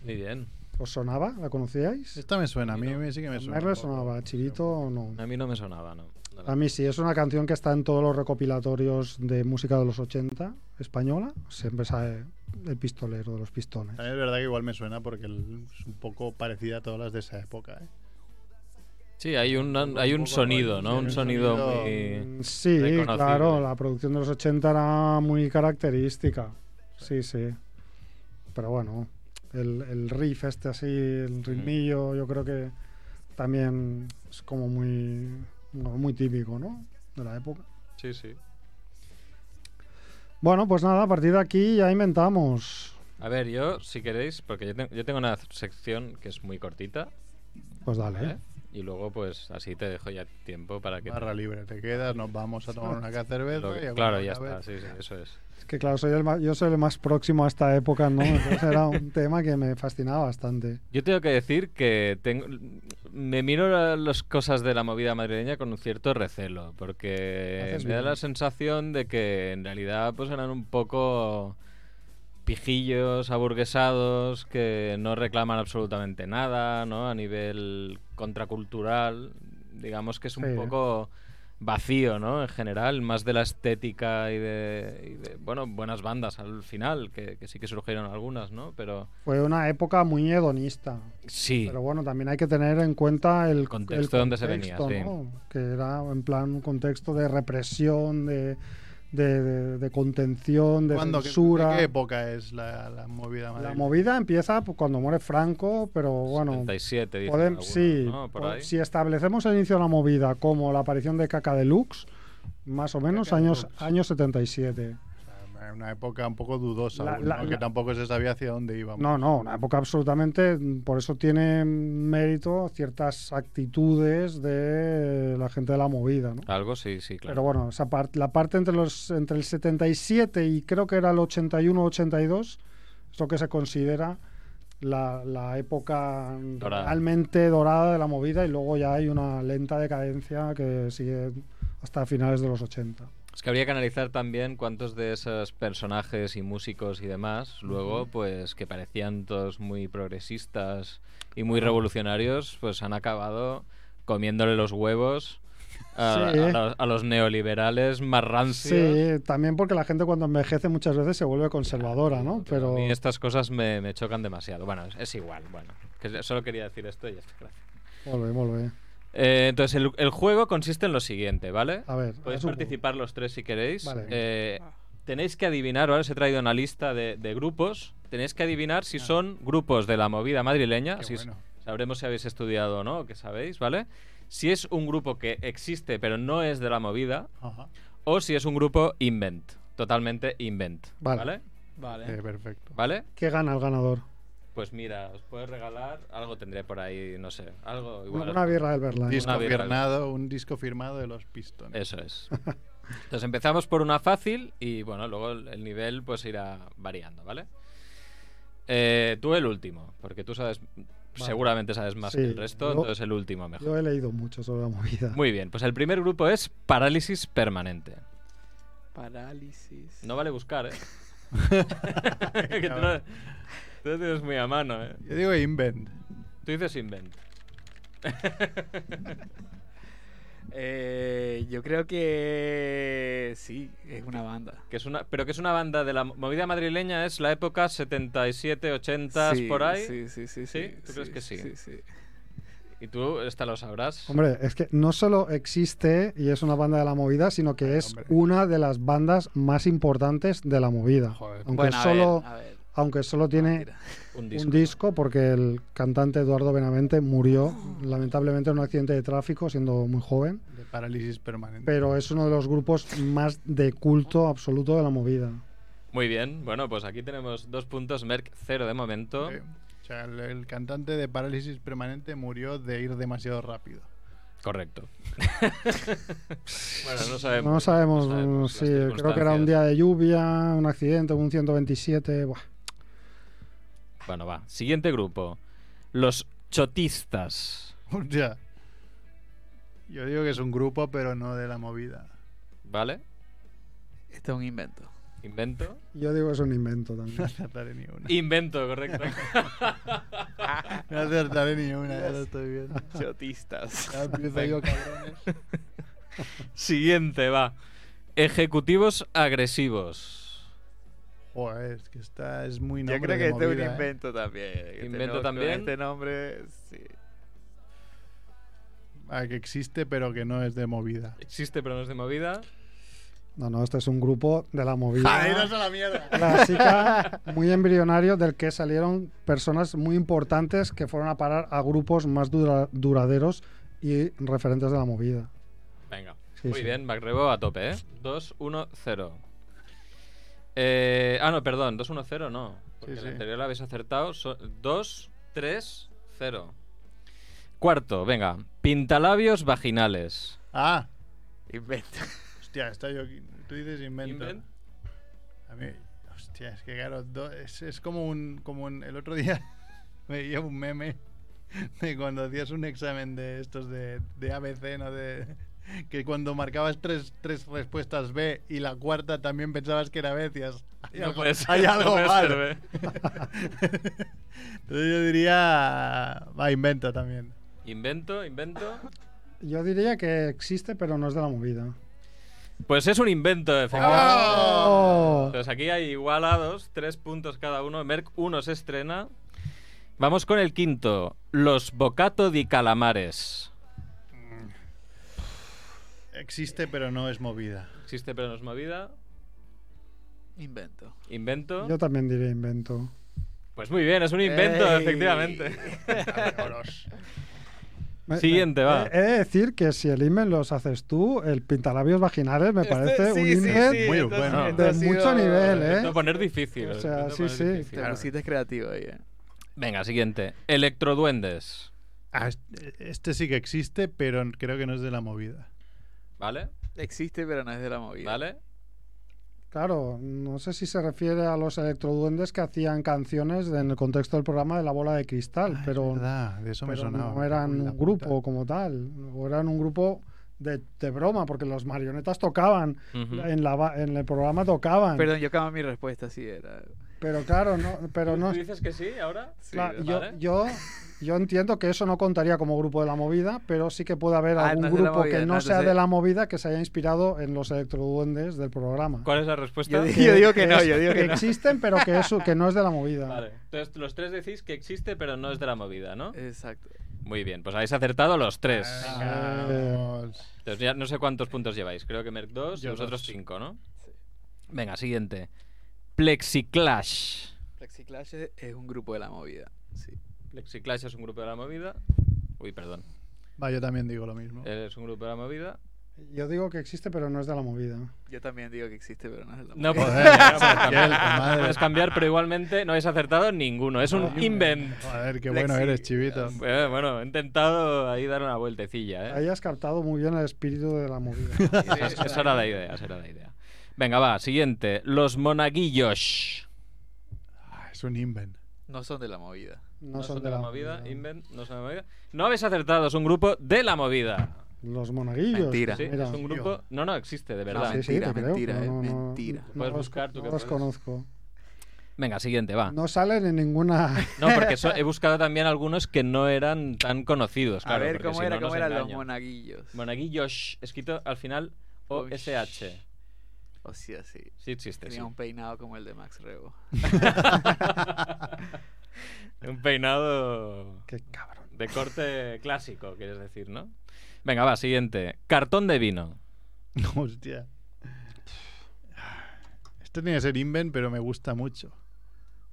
Speaker 4: Muy bien.
Speaker 1: ¿Os sonaba? ¿La conocíais?
Speaker 2: Esta me suena, a mí me- sí que me
Speaker 1: A
Speaker 2: suena.
Speaker 1: Merle sonaba, Chivito no.
Speaker 4: A mí no me sonaba, no. No la-
Speaker 1: A mí sí, es una canción que está en todos los recopilatorios de música de los 80 española. Siempre sale El Pistolero de los Pistones.
Speaker 2: También es verdad que igual me suena porque el- es un poco parecida a todas las de esa época. ¿eh?
Speaker 4: Sí, hay un, hay un
Speaker 2: poco
Speaker 4: sonido,
Speaker 2: rollo,
Speaker 4: ¿no?
Speaker 2: sí,
Speaker 4: Un
Speaker 2: un
Speaker 4: sonido
Speaker 2: sonido-
Speaker 4: muy...
Speaker 1: Mm, Sí,
Speaker 4: reconocible.
Speaker 1: claro, la producción de los 80 era muy característica. Sí, sí. Pero bueno, el, el riff este así, el ritmillo, yo creo que también es como muy, como muy típico, ¿no? De la época.
Speaker 4: Sí, sí.
Speaker 1: Bueno, pues nada, a partir de aquí ya inventamos.
Speaker 4: A ver, yo, si queréis, porque yo, ten- yo tengo una sección que es muy cortita,
Speaker 1: Pues dale.
Speaker 4: ¿vale? Y luego, pues, así te dejo ya tiempo para que...
Speaker 2: Barra libre, te quedas, nos vamos a tomar una cerveza.
Speaker 4: lo
Speaker 2: y a
Speaker 4: que- claro, ya
Speaker 2: comer, a
Speaker 4: está,
Speaker 2: ver.
Speaker 4: sí, sí, eso es.
Speaker 1: Es que claro, soy el más- yo soy el más próximo a esta época, ¿no? Entonces era un tema que me fascinaba bastante.
Speaker 4: Yo tengo que decir que tengo, me miro la- las cosas de la movida madrileña con un cierto recelo, porque
Speaker 1: Haces
Speaker 4: me da
Speaker 1: bien.
Speaker 4: la sensación de que en realidad pues eran un poco pijillos, aburguesados, que no reclaman absolutamente nada, ¿no? A nivel contracultural, digamos que es un
Speaker 1: Sí.
Speaker 4: poco vacío, ¿no? En general, más de la estética y de, y de, bueno, buenas bandas al final, que, que sí que surgieron algunas, ¿no? Pero
Speaker 1: Fue una época muy hedonista.
Speaker 4: sí.
Speaker 1: Pero bueno, también hay que tener en cuenta el
Speaker 4: contexto donde se venía, sí.
Speaker 1: ¿no? Que era en plan un contexto de represión, de, de- de- de contención, de
Speaker 2: ¿Cuándo, qué-
Speaker 1: censura.
Speaker 2: de ¿Qué época es la, la movida
Speaker 1: la
Speaker 2: madrileña?
Speaker 1: movida empieza pues, cuando muere Franco, pero bueno,
Speaker 4: 77, dicen
Speaker 1: podem-
Speaker 4: algunos,
Speaker 1: sí,
Speaker 4: ¿no? Por
Speaker 1: po-
Speaker 4: ahí.
Speaker 1: si establecemos el inicio de la movida como la aparición de Caca Deluxe, más o menos
Speaker 2: Caca
Speaker 1: años,
Speaker 2: Deluxe.
Speaker 1: años 77.
Speaker 2: Una época un poco dudosa,
Speaker 1: La-
Speaker 2: aún,
Speaker 1: la-
Speaker 2: ¿no?
Speaker 1: la-
Speaker 2: que tampoco se sabía hacia dónde íbamos.
Speaker 1: No, no, una época absolutamente. Por eso tiene mérito ciertas actitudes de la gente de la movida, ¿no?
Speaker 4: Algo sí, sí, Ah, claro.
Speaker 1: Pero bueno, esa par- la parte entre, los, entre el 77 y creo que era el 81-82 es lo que se considera la, la época
Speaker 4: Dorada.
Speaker 1: realmente dorada de la movida y luego ya hay una lenta decadencia que sigue hasta finales de los 80.
Speaker 4: Es que habría que analizar también cuántos de esos personajes y músicos y demás, luego, pues que parecían todos muy progresistas y muy revolucionarios, pues han acabado comiéndole los huevos a,
Speaker 1: Sí.
Speaker 4: a los, a los neoliberales más
Speaker 1: Sí,
Speaker 4: rancios.
Speaker 1: también porque la gente cuando envejece muchas veces se vuelve conservadora, ¿no?
Speaker 4: A
Speaker 1: Pero
Speaker 4: mí estas cosas me, me chocan demasiado. Bueno, es, es igual, bueno. Que solo quería decir esto y ya está. gracias.
Speaker 1: volve, volve.
Speaker 4: Eh, entonces, el, el juego consiste en lo siguiente, ¿vale?
Speaker 1: A ver,
Speaker 4: Podéis
Speaker 1: es un juego.
Speaker 4: participar los tres si queréis.
Speaker 1: Vale.
Speaker 4: Eh, tenéis que adivinar, ¿vale? Os he traído una lista de, de grupos. Tenéis que adivinar si son grupos de la movida madrileña.
Speaker 2: Qué
Speaker 4: Así es-
Speaker 2: bueno.
Speaker 4: sabremos si habéis estudiado o no, que sabéis, ¿vale? Si es un grupo que existe pero no es de la movida,
Speaker 2: Ajá.
Speaker 4: o si es un grupo invent, totalmente invent.
Speaker 1: Vale.
Speaker 4: ¿Vale?
Speaker 2: Eh,
Speaker 3: Vale.
Speaker 2: perfecto.
Speaker 4: ¿Vale?
Speaker 1: ¿Qué gana el ganador?
Speaker 4: Pues mira, os puedo regalar, algo tendré por ahí, no sé, algo igual.
Speaker 1: Una birra del Berlanga.
Speaker 2: Disco
Speaker 4: Una birra.
Speaker 2: firmado, un disco firmado de los Pistones.
Speaker 4: Eso es. Entonces empezamos por una fácil y bueno, luego el, el nivel pues irá variando, ¿vale? Eh, tú el último, porque tú sabes, seguramente sabes más
Speaker 1: Sí,
Speaker 4: que el resto,
Speaker 1: yo-
Speaker 4: entonces el último mejor.
Speaker 1: Yo he leído mucho sobre la movida.
Speaker 4: Muy bien, pues el primer grupo es Parálisis Permanente.
Speaker 3: Parálisis.
Speaker 4: No vale buscar, ¿eh? Que tú, lo, tú lo tienes muy a mano, ¿eh?
Speaker 2: Yo digo Invent.
Speaker 4: Tú dices invent.
Speaker 3: Eh, yo creo que sí, es una banda.
Speaker 4: Que es una, pero que es una banda de la movida madrileña, es la época 77, 80
Speaker 3: Sí,
Speaker 4: por ahí.
Speaker 3: Sí, sí, sí.
Speaker 4: ¿Sí?
Speaker 3: sí
Speaker 4: ¿Tú crees que sí?
Speaker 3: Sí, sí.
Speaker 4: Y tú esta lo sabrás.
Speaker 1: Hombre, es que no solo existe y es una banda de la movida, sino que es
Speaker 2: hombre.
Speaker 1: una de las bandas más importantes de la movida.
Speaker 2: Joder.
Speaker 1: Aunque,
Speaker 3: Bueno, a ver,
Speaker 1: solo,
Speaker 3: a ver,
Speaker 1: aunque solo
Speaker 7: Ah,
Speaker 1: tiene
Speaker 3: mentira.
Speaker 4: Un disco.
Speaker 1: un disco porque el cantante Eduardo Benavente murió lamentablemente en un accidente de tráfico siendo muy joven,
Speaker 2: De parálisis permanente.
Speaker 1: pero es uno de los grupos más de culto absoluto de la movida.
Speaker 4: Muy bien, bueno, pues aquí tenemos dos puntos, Merck cero de momento.
Speaker 2: Sí. O sea, el, el cantante de Parálisis Permanente murió de ir demasiado rápido.
Speaker 4: Correcto. bueno, no sabemos.
Speaker 1: No sabemos,
Speaker 4: no sabemos
Speaker 1: sí,
Speaker 4: las
Speaker 1: creo que era un
Speaker 4: circunstancias.
Speaker 1: día de lluvia, un accidente, un 127. Buah.
Speaker 4: Bueno, va. Siguiente grupo. Los chotistas.
Speaker 2: Ya. Yo digo que es un grupo, pero no de la movida.
Speaker 4: ¿Vale?
Speaker 3: Esto es un invento.
Speaker 4: Invento.
Speaker 1: Yo digo que es un invento también.
Speaker 2: No acertaré ni una.
Speaker 4: Invento, correcto.
Speaker 2: No acertaré ni una, ya lo estoy viendo.
Speaker 1: Ah.
Speaker 3: Chotistas.
Speaker 2: Ya empiezo yo, cabrones.
Speaker 4: Siguiente, va. Ejecutivos agresivos.
Speaker 2: Joder, es que esta es muy
Speaker 3: Yo
Speaker 2: nombre
Speaker 3: creo
Speaker 2: de
Speaker 3: que este es un
Speaker 2: movida, ¿eh?
Speaker 3: invento también. Este
Speaker 4: Invento
Speaker 3: no- con
Speaker 4: también.
Speaker 3: Este nombre, sí.
Speaker 2: Ah, que existe, pero que no es de movida.
Speaker 4: Existe, pero no es de movida.
Speaker 1: No, no, este es un grupo de la
Speaker 2: ¡Ah, iros
Speaker 1: movida
Speaker 2: a la mierda!
Speaker 1: clásica, muy embrionario, del que salieron personas muy importantes que fueron a parar a grupos más dura- duraderos y referentes de la movida.
Speaker 4: Venga.
Speaker 1: Sí,
Speaker 4: Muy
Speaker 1: sí.
Speaker 4: bien, Macrebo a tope, ¿eh? 2, 1, 0. ah, no, perdón, 2, 1, 0 no. Porque
Speaker 2: Sí,
Speaker 4: el
Speaker 2: sí.
Speaker 4: anterior lo habéis acertado. 2, 3, 0. Cuarto, venga. Pintalabios vaginales.
Speaker 2: Ah,
Speaker 3: Invento.
Speaker 2: hostia, está yo. aquí. Tú dices invento.
Speaker 4: Invent-
Speaker 2: A mí, hostia, es que claro, do- es, es como un, como un- El otro día veía un meme de cuando hacías un examen de estos de, de ABC, ¿no? De, que cuando marcabas tres, tres respuestas B y la cuarta también pensabas que era B, decías, hay
Speaker 4: No
Speaker 2: algo,
Speaker 4: puede ser,
Speaker 2: hay
Speaker 4: no
Speaker 2: algo
Speaker 4: puede
Speaker 2: mal.
Speaker 4: ser B.
Speaker 2: Entonces yo diría, va, invento también.
Speaker 4: Invento, invento.
Speaker 1: Yo diría que existe, pero no es de la movida.
Speaker 4: Pues es un invento, efectivamente.
Speaker 2: ¡Ah!
Speaker 1: ¡Oh!
Speaker 4: Entonces aquí hay igualados, tres puntos cada uno. Merck 1 se estrena. Vamos con el quinto. Los bocato di calamares.
Speaker 2: Existe, pero no es movida.
Speaker 4: Existe pero no es movida.
Speaker 3: Invento.
Speaker 4: Invento.
Speaker 1: Yo también diría invento.
Speaker 4: Pues muy bien, es un invento,
Speaker 3: ¡Ey!
Speaker 4: efectivamente.
Speaker 2: Cabros.
Speaker 1: Me-
Speaker 4: Siguiente,
Speaker 1: me-
Speaker 4: va.
Speaker 1: He, he de decir que si el imen los haces tú, el pintalabios vaginales me parece
Speaker 3: Este-
Speaker 1: un
Speaker 3: sí, sí,
Speaker 1: imen
Speaker 3: sí,
Speaker 2: muy
Speaker 3: esto-
Speaker 2: bueno.
Speaker 3: esto
Speaker 1: de
Speaker 3: ha sido-
Speaker 1: mucho nivel, ¿eh?
Speaker 4: Intento poner difícil.
Speaker 1: O sea,
Speaker 4: intento
Speaker 1: sí,
Speaker 4: poner
Speaker 1: sí.
Speaker 3: Te
Speaker 4: difícil.
Speaker 3: pusiste creativo ahí, eh.
Speaker 4: Venga, siguiente. Electroduendes.
Speaker 2: Ah, este- Este sí que existe, pero creo que no es de la movida.
Speaker 4: ¿Vale?
Speaker 3: Existe, pero no es de la movida.
Speaker 4: ¿Vale?
Speaker 1: Claro, no sé si se refiere a los electroduendes que hacían canciones en el contexto del programa de la bola de cristal,
Speaker 2: Ah, es
Speaker 1: pero,
Speaker 2: verdad, de eso me
Speaker 1: pero
Speaker 2: sonaba.
Speaker 1: no eran
Speaker 2: La
Speaker 1: un
Speaker 2: puta.
Speaker 1: grupo como tal, o eran un grupo de, de broma, porque los marionetas tocaban,
Speaker 4: Ujú.
Speaker 1: en, la, ba- en el programa tocaban,
Speaker 3: Perdón, yo cambio mi respuesta, sí era.
Speaker 1: pero claro, no, pero
Speaker 4: ¿Tú
Speaker 1: no,
Speaker 4: dices que sí ahora?
Speaker 3: Sí,
Speaker 1: Claro,
Speaker 3: ¿verdad?
Speaker 1: yo,
Speaker 4: ¿vale?
Speaker 1: yo, yo entiendo que eso no contaría como grupo de la movida, pero sí que puede haber
Speaker 3: Ah,
Speaker 1: algún
Speaker 3: no es de la
Speaker 1: grupo que
Speaker 3: movida,
Speaker 1: no
Speaker 3: no,
Speaker 1: sea de
Speaker 3: entonces-
Speaker 1: la movida que se haya inspirado en los electroduendes del programa.
Speaker 4: ¿Cuál es la respuesta?
Speaker 3: Yo di- yo digo que no,
Speaker 1: es-
Speaker 3: yo digo que no.
Speaker 1: Existen, pero que, eso, que no es de la movida.
Speaker 4: Vale. Entonces, los tres decís que existe, pero no es de la movida, ¿no?
Speaker 1: Eh.
Speaker 3: Exacto.
Speaker 4: Muy bien, pues habéis acertado los tres.
Speaker 2: Ah,
Speaker 1: Eh,
Speaker 2: vamos.
Speaker 4: Entonces, ya no sé cuántos puntos lleváis. Creo que Merck 2 y
Speaker 2: Yo
Speaker 4: vosotros
Speaker 2: dos.
Speaker 4: 5, ¿no? Venga, siguiente. Plexiclash.
Speaker 3: Plexiclash es es un grupo de la movida. Sí.
Speaker 4: Plexiclash es un grupo de la movida. Uy, perdón.
Speaker 2: Va, yo también digo lo mismo.
Speaker 4: Es un grupo de la movida.
Speaker 1: Yo digo que existe, pero no es de la movida.
Speaker 3: Yo también digo que existe, pero no es de la movida.
Speaker 4: No puedes,
Speaker 2: Joder,
Speaker 4: no puedes
Speaker 2: Ezequiel,
Speaker 4: cambiar.
Speaker 2: madre.
Speaker 4: Puedes cambiar, pero igualmente no habéis acertado ninguno. Es un invent.
Speaker 2: Joder, qué
Speaker 3: Flexi-
Speaker 2: bueno eres, chivito.
Speaker 4: Eh, bueno, he intentado ahí dar una vueltecilla.
Speaker 1: Ahí
Speaker 4: ¿eh?
Speaker 1: has captado muy bien el espíritu de la movida.
Speaker 4: Esa, esa era la idea, esa era la idea. Venga, va, siguiente. Los monaguillos.
Speaker 2: Ah, es un invent.
Speaker 3: No son de la movida.
Speaker 1: No, son, de la, movida.
Speaker 4: invent, no son de la movida. No habéis acertado, es un grupo de la movida.
Speaker 1: Los monaguillos.
Speaker 3: Mentira.
Speaker 4: Sí,
Speaker 1: mira.
Speaker 4: es un grupo. No, no, existe,
Speaker 3: No,
Speaker 4: de verdad.
Speaker 1: Sí, sí,
Speaker 3: Mentira,
Speaker 1: te creo,
Speaker 3: mentira,
Speaker 1: pero
Speaker 3: eh,
Speaker 1: no- no-
Speaker 3: mentira.
Speaker 1: no
Speaker 4: Puedes
Speaker 1: los-
Speaker 4: buscar tú que
Speaker 1: no los
Speaker 4: puedes.
Speaker 1: conozco.
Speaker 4: Venga, siguiente,
Speaker 3: Ah.
Speaker 4: va. No,
Speaker 1: No salen en ninguna.
Speaker 4: porque so- he buscado también algunos que no eran tan conocidos.
Speaker 3: a
Speaker 4: claro,
Speaker 3: ver,
Speaker 4: porque
Speaker 3: ¿cómo
Speaker 4: si
Speaker 3: era?
Speaker 4: no,
Speaker 3: ¿Cómo
Speaker 4: nos
Speaker 3: eran los
Speaker 4: engaño.
Speaker 3: monaguillos?
Speaker 4: Monaguillos, escrito al final OSH.
Speaker 3: O sea, sí.
Speaker 4: Sí existe,
Speaker 3: Tenía
Speaker 4: sí.
Speaker 3: un peinado como el de Max Rebo.
Speaker 4: Un peinado
Speaker 1: Qué cabrón.
Speaker 4: de corte clásico, quieres decir, ¿no? Venga, va, siguiente. Cartón de vino.
Speaker 2: Hostia. Esto tiene que ser invent, pero me gusta mucho.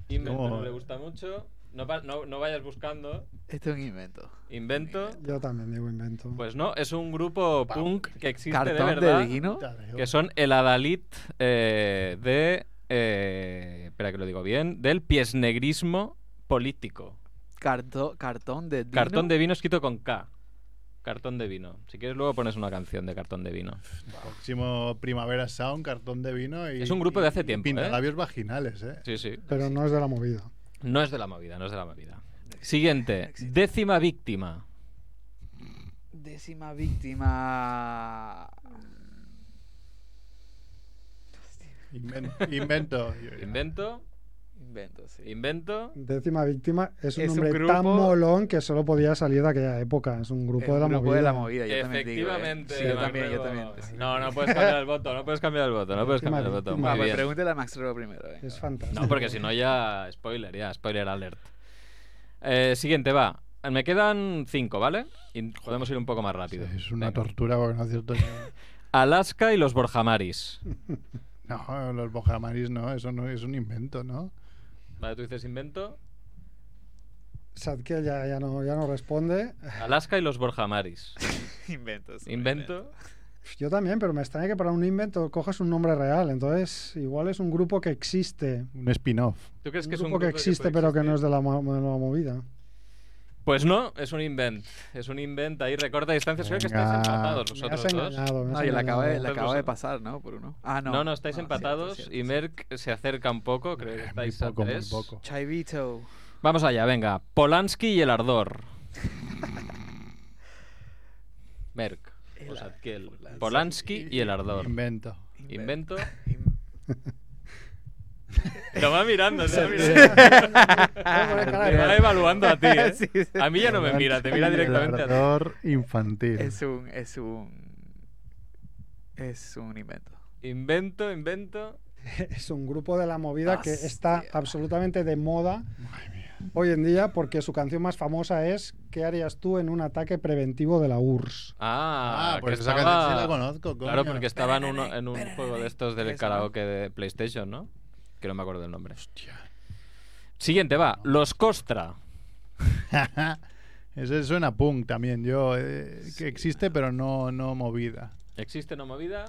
Speaker 4: Invento,
Speaker 2: No.
Speaker 4: no le gusta mucho. No, pa- no- no vayas buscando.
Speaker 3: Este es un invento.
Speaker 4: Invento.
Speaker 1: Yo también digo invento.
Speaker 4: Pues no, es un grupo punk que existe
Speaker 3: Cartón
Speaker 4: de
Speaker 3: de,
Speaker 4: verdad.
Speaker 3: vino.
Speaker 2: Puta, veo.
Speaker 4: que son el Adalit eh, de eh, espera que lo digo bien, del piesnegrismo político.
Speaker 7: Carto- cartón de vino.
Speaker 4: Cartón de vino escrito con K. Cartón de vino. Si quieres luego pones una canción de cartón de vino.
Speaker 2: Próximo Primavera Sound, cartón de vino y.
Speaker 4: Es un grupo de hace
Speaker 2: y
Speaker 4: tiempo, ¿eh?
Speaker 2: Pintalabios vaginales, ¿eh?
Speaker 4: Sí, sí.
Speaker 1: Pero no es de la movida.
Speaker 4: No es de la movida, no es de la movida. Siguiente, décima víctima.
Speaker 7: Décima víctima.
Speaker 2: Inven- invento.
Speaker 4: Invento,
Speaker 7: Invento, sí.
Speaker 4: invento.
Speaker 1: Décima Víctima es un
Speaker 7: Es un
Speaker 1: nombre
Speaker 7: grupo-
Speaker 1: tan molón que solo podía salir de aquella época. Es un grupo,
Speaker 7: El
Speaker 1: de, la
Speaker 7: grupo
Speaker 1: movida.
Speaker 7: de la movida, yo también digo. ¿eh?
Speaker 4: Efectivamente.
Speaker 7: Sí, yo
Speaker 4: me
Speaker 7: también, yo
Speaker 4: acuerdo.
Speaker 7: también. sí.
Speaker 4: No, no puedes cambiar el voto, no puedes cambiar el voto, no puedes cambiar el voto.
Speaker 1: Víctima,
Speaker 7: Va,
Speaker 4: Muy
Speaker 7: pues
Speaker 4: bien.
Speaker 7: pregúntale a Max Rebo primero. eh. venga,
Speaker 1: Es
Speaker 7: va.
Speaker 1: fantástico.
Speaker 4: No, porque si no ya spoiler, ya spoiler alert. Eh, siguiente, va. Me quedan cinco, ¿vale? Y podemos ir un poco más rápido.
Speaker 2: Es una
Speaker 4: Venga.
Speaker 2: tortura porque no acierto ni una.
Speaker 4: Alaska y los Borjamaris.
Speaker 2: No, los bojamaris no, eso no es un invento, ¿no?
Speaker 4: Vale, tú dices invento.
Speaker 1: Sadkiel ya, ya, no, ya no responde.
Speaker 4: Alaska y los Borjamaris.
Speaker 7: Invento. sí,
Speaker 4: Invento.
Speaker 1: Yo también, pero me extraña que para un invento coges un nombre real. Entonces, igual es un grupo que existe.
Speaker 2: Un spin-off.
Speaker 4: ¿Tú crees
Speaker 1: un
Speaker 4: que es
Speaker 1: grupo
Speaker 4: un
Speaker 1: que
Speaker 4: grupo
Speaker 1: existe,
Speaker 4: puede
Speaker 1: pero que no es
Speaker 4: existir?
Speaker 1: de la, mo- de la movida.
Speaker 4: Pues no, es un invent. Es un invent ahí, recorta distancias. Creo que estáis
Speaker 2: Venga.
Speaker 4: empatados
Speaker 1: me has
Speaker 4: vosotros dos.
Speaker 1: engañado. me has
Speaker 7: No, yo
Speaker 1: engañado.
Speaker 7: la acabo de, la
Speaker 4: Entonces
Speaker 7: acabo de
Speaker 4: vosotros.
Speaker 7: pasar, ¿no? Por uno. Ah, no.
Speaker 4: No, no, estáis
Speaker 7: Ah, cierto,
Speaker 4: empatados
Speaker 7: cierto,
Speaker 4: y
Speaker 7: sí.
Speaker 4: Merck se acerca un poco, creo que
Speaker 2: Muy
Speaker 4: estáis
Speaker 2: poco,
Speaker 4: a
Speaker 2: muy
Speaker 4: tres.
Speaker 2: poco.
Speaker 7: Chaivito.
Speaker 4: Vamos allá, venga. Polanski y el ardor. Merck. o Zadkiel. Polanski y el ardor.
Speaker 2: Invento.
Speaker 4: Invento.
Speaker 7: In-
Speaker 4: Lo va mirando, te va
Speaker 1: Joder,
Speaker 4: mirando.
Speaker 1: caray,
Speaker 4: Te va evaluando a ti, ¿eh?
Speaker 7: Sí, sí.
Speaker 4: A mí ya no me mira, te mira directamente
Speaker 2: El
Speaker 4: a ti.
Speaker 2: ardor infantil.
Speaker 7: Es un. Es un. Es un invento.
Speaker 4: Invento, invento.
Speaker 1: Es un grupo de la movida que
Speaker 7: Hostia.
Speaker 1: está absolutamente de moda hoy en día porque su canción más famosa es ¿Qué harías tú en un ataque preventivo de la URSS?
Speaker 4: Ah,
Speaker 2: Ah, pues
Speaker 4: que
Speaker 2: esa
Speaker 4: estaba-
Speaker 2: canción sí la conozco, coño.
Speaker 4: Claro, porque estaba en un,
Speaker 7: Pererere,
Speaker 4: en un
Speaker 7: pererere.
Speaker 4: juego de estos del
Speaker 7: Eso.
Speaker 4: karaoke de PlayStation, ¿no? Que no me acuerdo del nombre.
Speaker 2: Hostia.
Speaker 4: Siguiente va, Los Costra.
Speaker 2: Ese suena punk también, yo. eh, que existe, pero no, no movida.
Speaker 4: ¿Existe no movida?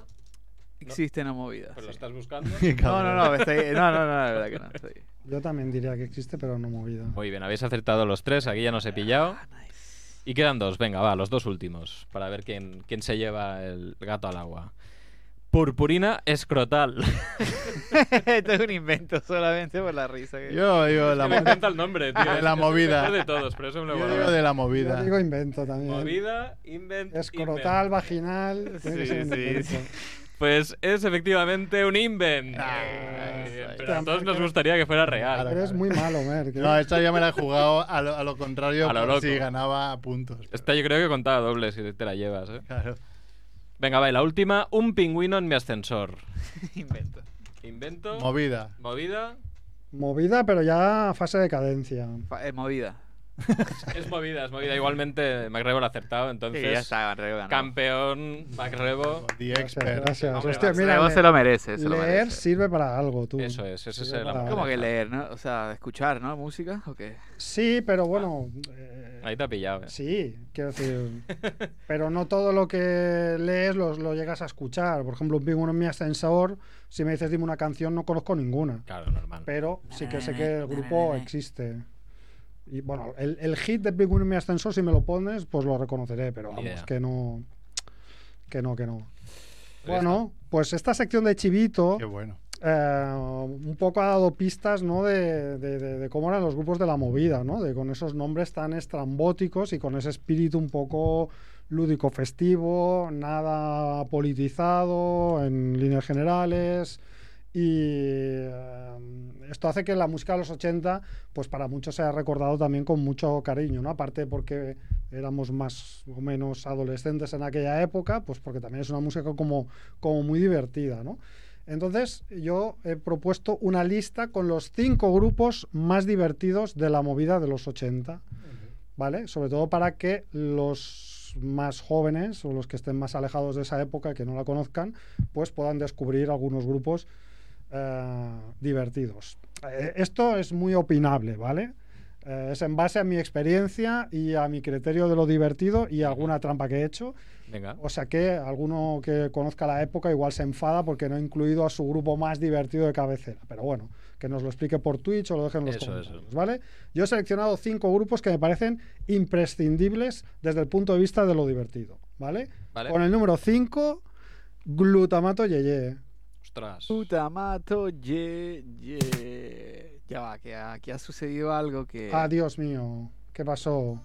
Speaker 7: Existe una movida.
Speaker 4: Pues lo
Speaker 7: sí.
Speaker 4: estás buscando.
Speaker 7: No, no, no, estoy- no, no, no, la verdad que no. Estoy...
Speaker 1: Yo también diría que existe, pero no movida.
Speaker 4: Muy bien, habéis acertado los tres, aquí ya nos he pillado. Y quedan dos, venga, va, los dos últimos, para ver quién, quién se lleva el gato al agua. Purpurina escrotal.
Speaker 7: Esto es un invento solamente por la risa. Que...
Speaker 2: Yo digo la,
Speaker 4: me
Speaker 2: mo-
Speaker 4: encanta el nombre, tío.
Speaker 2: De la
Speaker 4: Es- es
Speaker 2: movida.
Speaker 4: mejor de todos, pero eso me lo
Speaker 2: yo
Speaker 4: guardo.
Speaker 2: digo de la
Speaker 1: Yo
Speaker 2: movida.
Speaker 1: digo invento también.
Speaker 4: Movida, invent,
Speaker 1: Escrotal,
Speaker 4: invent.
Speaker 1: vaginal. tiene que
Speaker 4: Sí,
Speaker 1: ser un
Speaker 4: sí,
Speaker 1: invento.
Speaker 4: sí. Pues es efectivamente un invent.
Speaker 2: Ah,
Speaker 4: Eh,
Speaker 2: ahí
Speaker 4: pero a
Speaker 1: está.
Speaker 4: todos nos gustaría que fuera
Speaker 1: Pero
Speaker 4: real.
Speaker 1: eres muy malo, Merck. ¿eh?
Speaker 2: No, esta ya me la he jugado a lo, a lo contrario
Speaker 4: A lo
Speaker 2: por
Speaker 4: loco.
Speaker 2: si ganaba puntos.
Speaker 4: Esta Este yo creo que contaba doble si te la llevas. ¿eh?
Speaker 2: Claro.
Speaker 4: Venga, va, y la última, un pingüino en mi ascensor.
Speaker 7: invento.
Speaker 4: Invento.
Speaker 2: Movida.
Speaker 4: Movida.
Speaker 1: Movida, pero ya fase de cadencia.
Speaker 7: Fa- eh, movida.
Speaker 4: Es movida, es movida. Igualmente, MacRebo lo ha acertado, entonces.
Speaker 7: sí, ya está, Rebo ganó.
Speaker 4: Campeón, MacRebo.
Speaker 2: The
Speaker 1: Gracias,
Speaker 2: expert.
Speaker 1: gracias.
Speaker 4: Hombre,
Speaker 1: Hostia,
Speaker 4: vas,
Speaker 1: mira,
Speaker 7: Rebo
Speaker 1: le-
Speaker 7: se lo merece, se lo
Speaker 1: leer
Speaker 7: merece.
Speaker 1: sirve para algo, tú.
Speaker 4: Eso es, ese es
Speaker 1: Sirve
Speaker 4: el
Speaker 1: para
Speaker 4: amor.
Speaker 7: ¿Cómo
Speaker 1: algo.
Speaker 7: que leer, no? O sea, escuchar, ¿no? Música o qué?
Speaker 1: Sí, pero bueno.
Speaker 7: Ah.
Speaker 1: eh,
Speaker 4: Ahí te ha pillado. eh.
Speaker 1: Sí, quiero decir. pero no todo lo que lees lo, lo llegas a escuchar. Por ejemplo, un pingüino en mi ascensor, si me dices dime una canción, no conozco ninguna.
Speaker 4: Claro, normal.
Speaker 1: Pero sí que sé que el grupo existe. Y bueno, el, el hit de pingüino en mi ascensor, si me lo pones, pues lo reconoceré, pero
Speaker 4: Ni
Speaker 1: vamos,
Speaker 4: idea.
Speaker 1: que no. Que no, que no.
Speaker 4: Pero ya
Speaker 1: Bueno, pues esta sección de Chivito
Speaker 2: Qué bueno.
Speaker 1: eh, un poco ha dado pistas ¿no? de, de- de- de cómo eran los grupos de la movida, ¿no? de con esos nombres tan estrambóticos y con ese espíritu un poco lúdico festivo, nada politizado en líneas generales. Y eh, esto hace que la música de los 80, pues para muchos sea recordado también con mucho cariño, ¿no? Aparte porque éramos más o menos adolescentes en aquella época, pues porque también es una música como, como muy divertida, ¿no? Entonces, yo he propuesto una lista con los cinco grupos más divertidos de la movida de los 80, ¿vale? Sobre todo para que los más jóvenes o los que estén más alejados de esa época, que no la conozcan, pues puedan descubrir algunos grupos eh, divertidos. Eh, esto es muy opinable, ¿vale? Eh, Eh, es en base a mi experiencia y a mi criterio de lo divertido y alguna trampa que he hecho.
Speaker 4: Venga.
Speaker 1: O sea que alguno que conozca la época igual se enfada porque no ha incluido a su grupo más divertido de cabecera. Pero bueno, que nos lo explique por Twitch o lo dejen en los
Speaker 4: Eso,
Speaker 1: comentarios,
Speaker 4: eso.
Speaker 1: ¿vale? Yo he seleccionado cinco grupos que me parecen imprescindibles desde el punto de vista de lo divertido, ¿vale?
Speaker 4: Vale.
Speaker 1: Con el número 5, glutamato yeye.
Speaker 4: Ostras.
Speaker 7: Puta mato, ye, ye. Ya va, que aquí ha sucedido algo que.
Speaker 1: Ah, Dios mío, ¿qué pasó?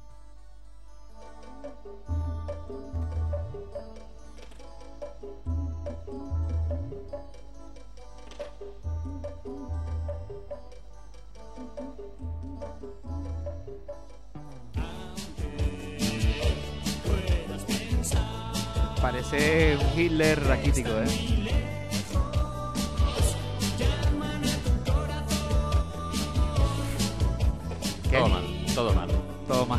Speaker 7: Parece un Hitler raquítico, ¿eh? ¿Qué?
Speaker 4: Todo mal, todo mal.
Speaker 7: Todo mal.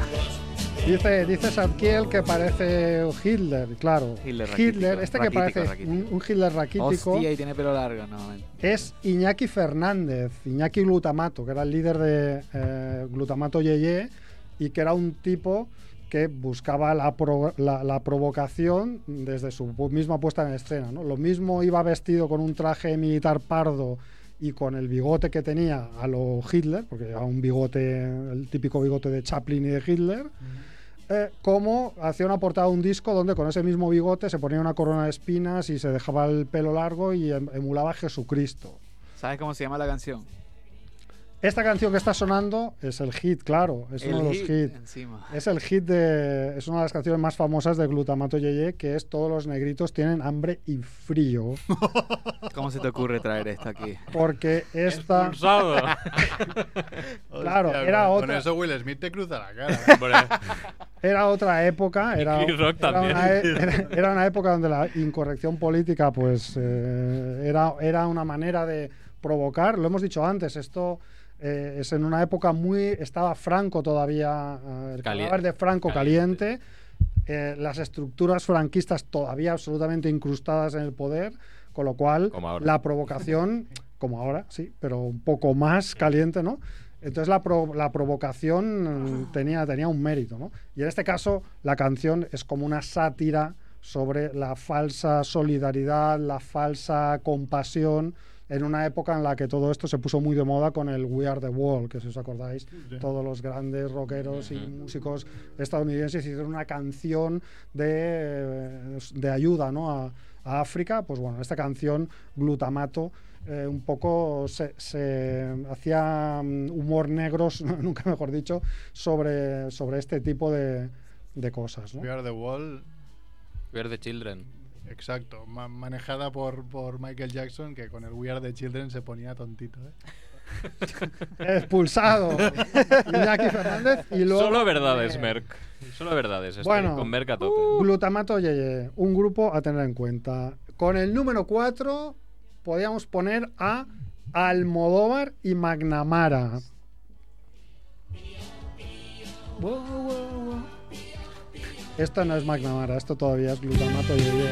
Speaker 1: Dice, dice Sadkiel que parece Hitler, claro.
Speaker 7: Hitler raquítico,
Speaker 1: este que
Speaker 7: raquítico,
Speaker 1: parece
Speaker 7: raquítico.
Speaker 1: Un, un Hitler raquítico.
Speaker 7: Hostia, y tiene pelo largo, no. men.
Speaker 1: es Iñaki Fernández, Iñaki Glutamato, que era el líder de eh, Glutamato Yeye y que era un tipo que buscaba la, pro- la- la provocación desde su pu- misma puesta en escena. ¿no? Lo mismo iba vestido con un traje militar pardo y con el bigote que tenía a lo Hitler, porque llevaba un bigote, el típico bigote de Chaplin y de Hitler, eh, como hacía una portada de un disco donde con ese mismo bigote se ponía una corona de espinas y se dejaba el pelo largo y em- emulaba a Jesucristo.
Speaker 7: ¿Sabes cómo se llama la canción?
Speaker 1: Esta canción que está sonando es el hit, claro, es uno de los hits.
Speaker 7: Encima.
Speaker 1: Es el hit de. Es una de las canciones más famosas de Glutamato Yeye, que es Todos los negritos tienen hambre y frío.
Speaker 7: ¿Cómo se te ocurre traer esto aquí?
Speaker 1: Porque esta.
Speaker 4: Expulsado.
Speaker 1: Claro,
Speaker 2: Hostia,
Speaker 1: era
Speaker 2: con- Con
Speaker 1: otra.
Speaker 2: eso Will Smith te cruza la cara. ¿eh?
Speaker 4: Hombre,
Speaker 1: Era otra época, era,
Speaker 4: Chris Rock
Speaker 1: era
Speaker 4: también.
Speaker 1: una, e- era- era una época donde la incorrección política pues eh, era, era una manera de provocar, lo hemos dicho antes, esto eh, es en una época muy, estaba Franco todavía, eh, el
Speaker 4: Caliente.
Speaker 1: cadáver de Franco
Speaker 4: Caliente.
Speaker 1: caliente, eh, las estructuras franquistas todavía absolutamente incrustadas en el poder, con lo cual
Speaker 4: Como ahora.
Speaker 1: la provocación, como ahora, sí, pero un poco más caliente, ¿no? Entonces la, pro- la provocación eh, tenía, tenía un mérito, ¿no? Y en este caso la canción es como una sátira sobre la falsa solidaridad, la falsa compasión, en una época en la que todo esto se puso muy de moda con el We Are the Wall, que si os acordáis, todos los grandes rockeros y músicos estadounidenses hicieron una canción de, eh, de ayuda ¿no? a, a África. Pues bueno, esta canción, Glutamato, eh, un poco se, se hacía mm, humor negros, nunca mejor dicho, sobre, sobre este tipo de, de cosas. ¿no?
Speaker 2: We Are the Wall,
Speaker 4: We are the children.
Speaker 2: exacto. ma- manejada por, por Michael Jackson, que con el We Are the Children se ponía tontito. ¿eh?
Speaker 1: Expulsado Iñaki Fernández y luego
Speaker 4: Solo verdades, Merck. Solo verdades. Estoy
Speaker 1: Bueno. Uh.
Speaker 4: con Merck a tope.
Speaker 1: Glutamato Yeye, un grupo a tener en cuenta. Con el número 4 podíamos poner a Almodóvar y Magnamara. Esto no es Magnamara, esto todavía es Glutamato Yeye.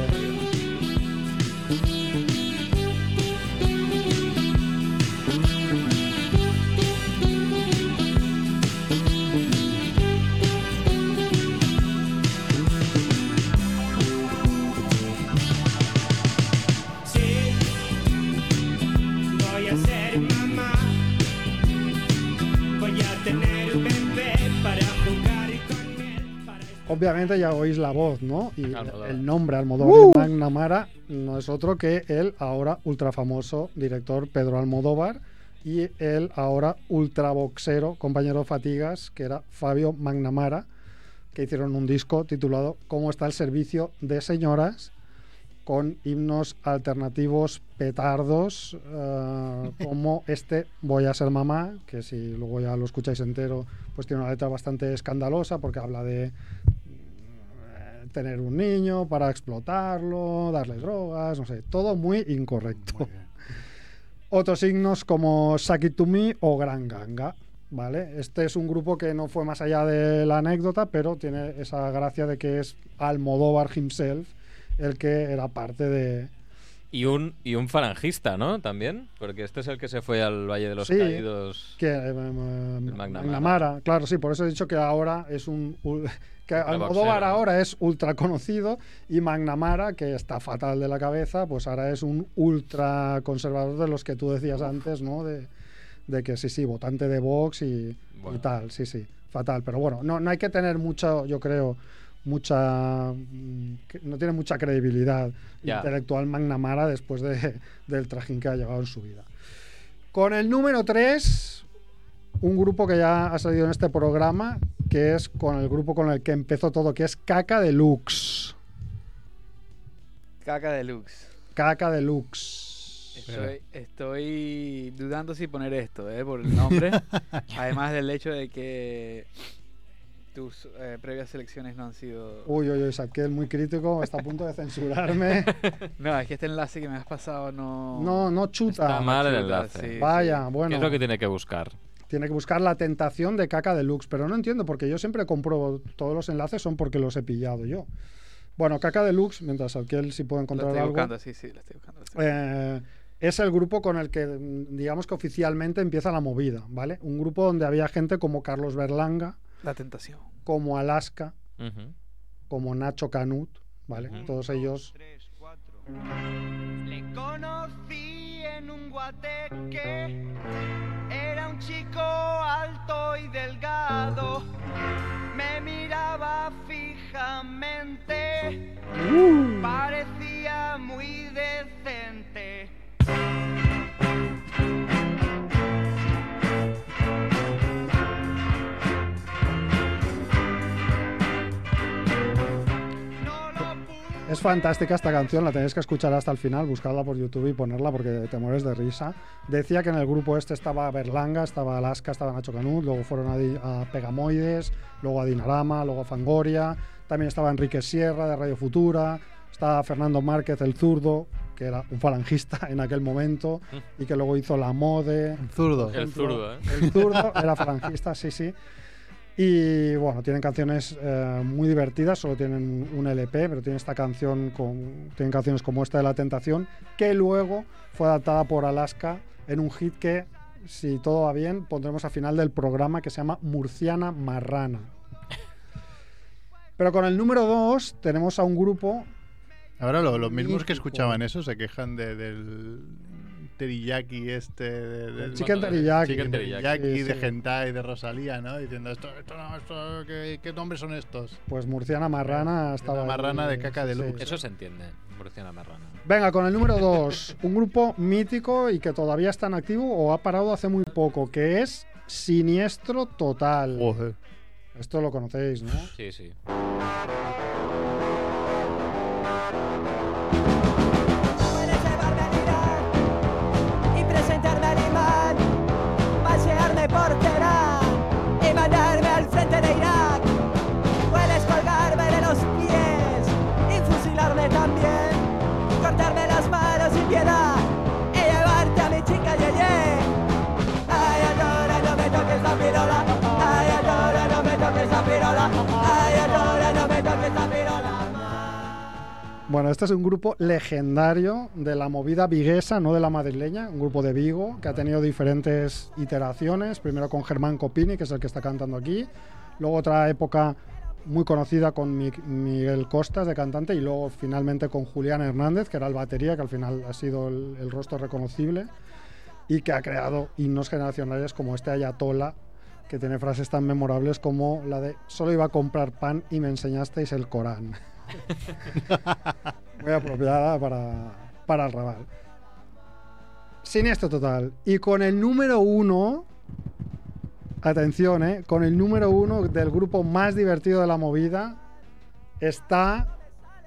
Speaker 8: Sí, voy a ser mamá. Voy a tener un bebé para jugar con él. Para
Speaker 1: Obviamente ya oís la voz, ¿no? Y
Speaker 4: Almodóvar.
Speaker 1: el nombre Almodóvar y Magnamara no es otro que el ahora ultrafamoso director Pedro Almodóvar y el ahora ultraboxero compañero Fatigas, que era Fabio Magnamara, que hicieron un disco titulado ¿Cómo está el servicio de señoras? con himnos alternativos petardos eh, como este Voy a ser mamá, que si luego ya lo escucháis entero, pues tiene una letra bastante escandalosa porque habla de eh, tener un niño para explotarlo, darle drogas, no sé, todo muy incorrecto. Otros himnos como Saki to Me o Gran Ganga. ¿Vale? Este es un grupo que no fue más allá de la anécdota, pero tiene esa gracia de que es Almodóvar himself el que era parte de,
Speaker 4: Y un, y un farangista, ¿no? También, porque este es el que se fue al Valle de los
Speaker 1: Sí.
Speaker 4: Caídos.
Speaker 1: Que, eh, ma-
Speaker 4: Magnamara.
Speaker 1: Magnamara, claro, sí, por eso he dicho que ahora es un. ul- que
Speaker 4: Ultra
Speaker 1: Almodóvar
Speaker 4: boxero, ¿no?
Speaker 1: ahora es ultra conocido y Magnamara, que está fatal de la cabeza, pues ahora es un ultra conservador de los que tú decías antes, ¿no? De, de que sí, sí, votante de Vox y,
Speaker 4: Bueno.
Speaker 1: y tal, sí, sí, fatal. Pero bueno, no, no hay que tener mucho, yo creo, mucha. mm, que- No tiene mucha credibilidad
Speaker 4: Ya.
Speaker 1: intelectual Magnamara después de, del trajín que ha llevado en su vida. Con el número 3, un grupo que ya ha salido en este programa, que es con el grupo con el que empezó todo, que es Caca Deluxe.
Speaker 7: Caca deluxe.
Speaker 1: Caca Deluxe.
Speaker 7: Estoy, estoy dudando si poner esto, ¿eh? Por el nombre. Además del hecho de que tus eh, previas selecciones no han sido...
Speaker 1: Uy, uy, uy, Satkiel, muy crítico, está a punto de censurarme.
Speaker 7: No, es que este enlace que me has pasado no...
Speaker 1: No, no chuta.
Speaker 4: Está mal el
Speaker 7: chuta,
Speaker 4: enlace.
Speaker 7: sí.
Speaker 1: Vaya,
Speaker 4: ¿Qué
Speaker 1: bueno.
Speaker 4: es lo que tiene que buscar?
Speaker 1: Tiene que buscar la tentación de caca deluxe, pero no entiendo porque yo siempre compro todos los enlaces son porque los he pillado yo. Bueno, caca deluxe, mientras Satkiel si puede
Speaker 7: Lo
Speaker 1: encontrar
Speaker 7: estoy
Speaker 1: algo.
Speaker 7: buscando, sí, sí, lo estoy buscando. lo estoy
Speaker 1: eh, es el grupo con el que, mm, digamos que oficialmente empieza la movida, ¿vale? Un grupo donde había gente como Carlos Berlanga,
Speaker 7: buscando. La tentación.
Speaker 1: como Alaska,
Speaker 4: Ujú.
Speaker 1: como Nacho Canut, ¿vale?
Speaker 4: Ujú.
Speaker 1: Todos ellos.
Speaker 6: Le conocí en un guateque. Era un chico alto y delgado. Me miraba fijamente. Parecía muy decente. No lo pude
Speaker 1: Es fantástica esta canción, la tenéis que escuchar hasta el final, buscarla por YouTube y ponerla porque te mueres de risa. Decía que en el grupo este estaba Berlanga, estaba Alaska, estaba Nacho Canut, luego fueron a, Di- a Pegamoides, luego a Dinarama, luego a Fangoria, también estaba Enrique Sierra de Radio Futura, estaba Fernando Márquez el zurdo, que era un falangista en aquel momento y que luego hizo La Mode,
Speaker 2: Zurdo.
Speaker 4: El zurdo, ¿eh?
Speaker 1: el zurdo era falangista, sí, sí. Y bueno, tienen canciones eh, muy divertidas, solo tienen un LP, pero tienen esta canción con, tienen canciones como esta de La Tentación, que luego fue adaptada por Alaska en un hit que, si todo va bien, pondremos a final del programa que se llama Murciana Marrana. Pero con el número 2 tenemos a un grupo
Speaker 2: Ahora lo- los mismos
Speaker 1: Mítico.
Speaker 2: que escuchaban eso se quejan de- del teriyaki este, de- del
Speaker 1: Chicken
Speaker 4: Bueno,
Speaker 1: Teriyaki.
Speaker 4: Chicken Teriyaki.
Speaker 2: teriyaki,
Speaker 1: Sí,
Speaker 2: de
Speaker 1: sí.
Speaker 2: hentai, de Rosalía, ¿no? Diciendo esto, esto no, esto, ¿qué, qué nombres son estos?
Speaker 1: Pues Murciana Marrana estaba. ahí,
Speaker 2: marrana de caca
Speaker 1: sí,
Speaker 2: de
Speaker 1: sí.
Speaker 2: lujo.
Speaker 4: Eso se entiende, Murciana Marrana.
Speaker 1: Venga, con el número 2, un grupo mítico y que todavía está en activo o ha parado hace muy poco, que es Siniestro Total.
Speaker 2: Joder.
Speaker 1: Esto lo conocéis, ¿no?
Speaker 4: Sí, sí.
Speaker 9: Puedes llevarme al Irán y presentarme al imán, pasearme por Teherán y mandarme al frente de Irak. Puedes colgarme de los pies y fusilarme también, cortarme las manos sin piedad y llevarte a mi chica Yeye. Ay, adora, no me toques la pirola. Ay, adora, no me toques la pirola. Ay, adora, no me toques la pirola.
Speaker 1: Bueno, este es un grupo legendario de la movida viguesa, no de la madrileña, un grupo de Vigo que ha tenido diferentes iteraciones, primero con Germán Copini, que es el que está cantando aquí, luego otra época muy conocida con Mi- Miguel Costas de cantante y luego finalmente con Julián Hernández, que era el batería, que al final ha sido el, el rostro reconocible y que ha creado himnos generacionales como este Ayatola, que tiene frases tan memorables como la de solo iba a comprar pan y me enseñasteis el Corán muy apropiada para, para el Raval. Sin esto total. Y con el número uno. Atención, eh. Con el número uno del grupo más divertido de la movida. Está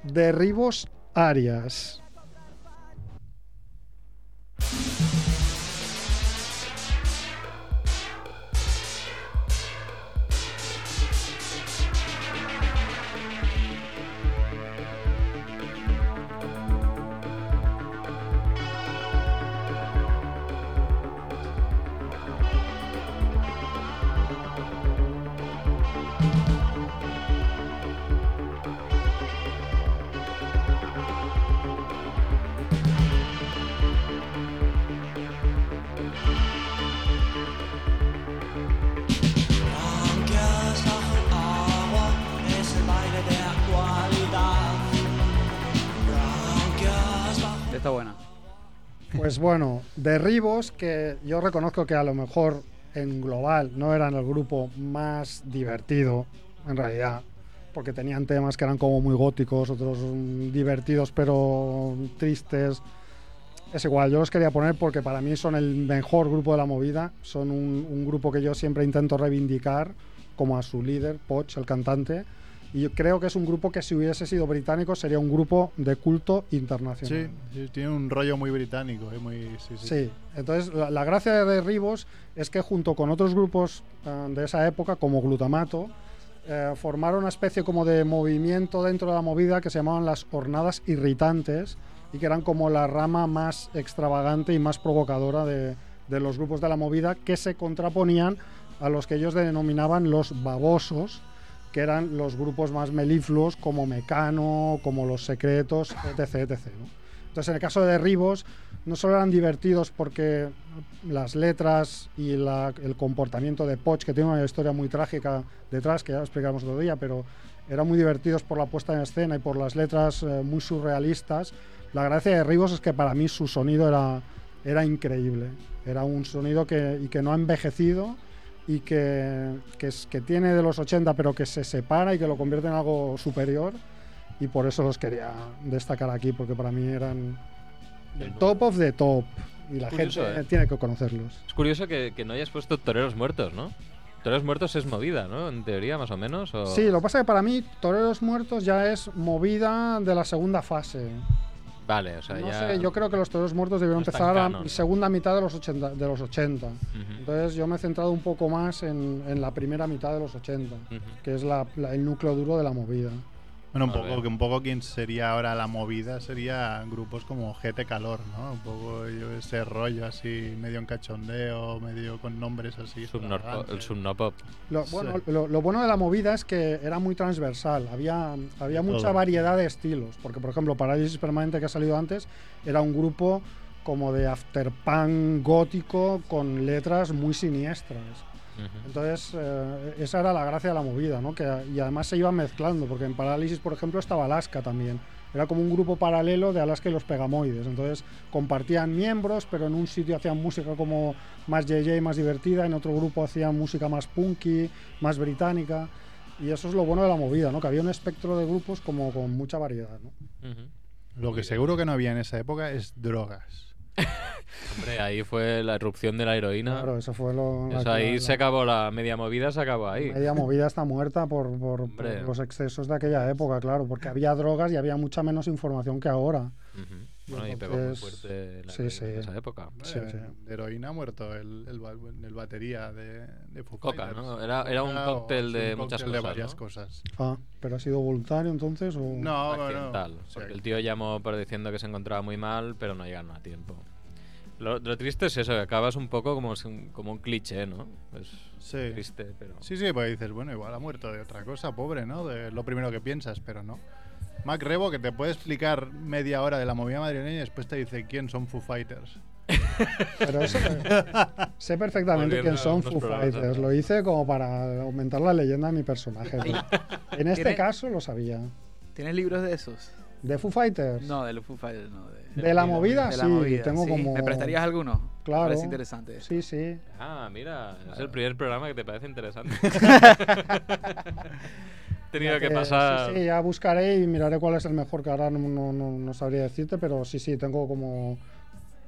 Speaker 1: Derribos Arias.
Speaker 7: está buena.
Speaker 1: Pues bueno, derribos que yo reconozco que a lo mejor en global no eran el grupo más divertido, en realidad, porque tenían temas que eran como muy góticos, otros mm, divertidos pero tristes. Es igual, yo los quería poner porque para mí son el mejor grupo de la movida, son un, un grupo que yo siempre intento reivindicar como a su líder, Poch, el cantante. Y yo creo que es un grupo que si hubiese sido británico sería un grupo de culto internacional.
Speaker 2: Sí, sí, tiene un rollo muy británico, eh, muy, sí, sí.
Speaker 1: Sí, entonces la, la gracia de Derribos es que junto con otros grupos eh, de esa época, como Glutamato, eh, formaron una especie como de movimiento dentro de la movida que se llamaban las hornadas irritantes y que eran como la rama más extravagante y más provocadora de, de los grupos de la movida que se contraponían a los que ellos denominaban los babosos, que eran los grupos más melifluos como Mecano, como Los Secretos, etc. etc ¿no? Entonces, en el caso de Derribos, no solo eran divertidos porque las letras y la- el comportamiento de Poch, que tiene una historia muy trágica detrás, que ya lo explicamos otro día, pero eran muy divertidos por la puesta en escena y por las letras eh, muy surrealistas. La gracia de Derribos es que para mí su sonido era, era increíble. Era un sonido que, y que no ha envejecido y que, que, es- que tiene de los 80 pero que se separa y que lo convierte en algo superior y por eso los quería destacar aquí porque para mí eran the top of the top y la
Speaker 4: Curioso,
Speaker 1: gente
Speaker 4: ¿eh?
Speaker 1: tiene que conocerlos.
Speaker 4: Es curioso que, que no hayas puesto toreros muertos, ¿no? Toreros muertos es movida, ¿no? En teoría, más o menos. o-
Speaker 1: Sí, lo que pasa es que para mí Toreros Muertos ya es movida de la segunda fase.
Speaker 4: Vale, o sea,
Speaker 1: no
Speaker 4: ya.
Speaker 1: sé, yo creo que los Toreros Muertos debieron
Speaker 4: no está en
Speaker 1: empezar a
Speaker 4: canon.
Speaker 1: segunda mitad de los 80. De los 80. Entonces yo me he centrado un poco más en, en la primera mitad de los 80,
Speaker 4: Ujú.
Speaker 1: que es la- la- el núcleo duro de la movida.
Speaker 2: Bueno, un
Speaker 4: Vale.
Speaker 2: poco, que un poco quien sería ahora la movida sería grupos como GT Calor, ¿no? Un poco yo, ese rollo así, medio en cachondeo, medio con nombres así.
Speaker 4: Subnor-
Speaker 2: extravagantes.
Speaker 4: el subnopop.
Speaker 1: Lo,
Speaker 2: Sí.
Speaker 1: bueno, lo, lo bueno de la movida es que era muy transversal, había, había
Speaker 2: De
Speaker 1: mucha
Speaker 2: todo.
Speaker 1: variedad de estilos, porque por ejemplo Parálisis Permanente que ha salido antes era un grupo como de afterpunk gótico con letras muy siniestras.
Speaker 4: Ujú.
Speaker 1: Entonces eh, esa era la gracia de la movida, ¿no? Que, y además se iban mezclando, porque en Parálisis por ejemplo estaba Alaska también. Era como un grupo paralelo de Alaska y los Pegamoides. Entonces compartían miembros, pero en un sitio hacían música como más JJ, más divertida, en otro grupo hacían música más punky, más británica. Y eso es lo bueno de la movida, ¿no? Que había un espectro de grupos como con mucha variedad, ¿no?
Speaker 4: Ujú.
Speaker 2: Lo que seguro que no había en esa época es drogas.
Speaker 4: Hombre, ahí fue la erupción de la heroína.
Speaker 1: Claro, eso fue lo... la-
Speaker 4: Eso ahí
Speaker 1: la-
Speaker 4: se acabó la media movida, se acabó ahí.
Speaker 1: Media movida está muerta por, por- por
Speaker 4: Hombre.
Speaker 1: los excesos de aquella época, claro, porque había drogas y había mucha menos información que ahora.
Speaker 4: Ujú. Bueno, y pegó muy
Speaker 1: Entonces,
Speaker 4: fuerte la
Speaker 1: sí,
Speaker 4: heroína
Speaker 1: sí.
Speaker 4: en esa época.
Speaker 1: Sí,
Speaker 2: Eh,
Speaker 1: sí.
Speaker 2: De heroína ha muerto el, el, ba- el batería de, de Foo
Speaker 4: Coca,
Speaker 2: Fighters.
Speaker 4: ¿no? Era- era un
Speaker 2: Coca o-
Speaker 4: cóctel
Speaker 2: sí,
Speaker 4: de
Speaker 2: pues, un
Speaker 4: muchas
Speaker 2: cóctel de
Speaker 4: cosas,
Speaker 2: varias
Speaker 4: ¿no?
Speaker 2: cosas.
Speaker 1: Ah, pero ha sido voluntario entonces o
Speaker 2: No, no, no.
Speaker 4: accidental,
Speaker 2: O sea,
Speaker 4: Porque el tío llamó para diciendo que se encontraba muy mal, pero no llegaron a tiempo. Lo, lo triste es eso, que acabas un poco como, si un- como un cliché, ¿no? Es
Speaker 2: Sí.
Speaker 4: triste, pero...
Speaker 2: Sí, sí, pues dices, bueno, igual ha muerto de otra cosa, pobre, ¿no? De lo primero que piensas, pero no. Mac Rebo, que te puede explicar media hora de la movida madrileña y después te dice quién son Foo Fighters.
Speaker 1: Pero eso, eh, sé perfectamente
Speaker 4: Volviendo
Speaker 1: quién
Speaker 4: a
Speaker 1: son
Speaker 4: unos
Speaker 1: Foo
Speaker 4: programas
Speaker 1: Fighters.
Speaker 4: atrás.
Speaker 1: Lo hice como para aumentar la leyenda de mi personaje. pero en este
Speaker 7: Tiene-
Speaker 1: caso lo sabía.
Speaker 7: ¿Tienes libros de esos?
Speaker 1: ¿De Foo Fighters?
Speaker 7: No, de los Foo Fighters, no. De,
Speaker 1: ¿De la movida?
Speaker 7: de
Speaker 1: sí,
Speaker 7: la movida,
Speaker 1: tengo
Speaker 7: sí.
Speaker 1: como...
Speaker 7: ¿Me prestarías alguno?
Speaker 1: Claro.
Speaker 7: Es interesante.
Speaker 1: Sí, sí.
Speaker 4: Ah, mira, es el primer programa que te parece interesante. He tenido
Speaker 1: Ya
Speaker 4: que
Speaker 1: que-
Speaker 4: pasar...
Speaker 1: Sí, sí, ya buscaré y miraré cuál es el mejor, que ahora no, no- no- no sabría decirte, pero sí, sí, tengo como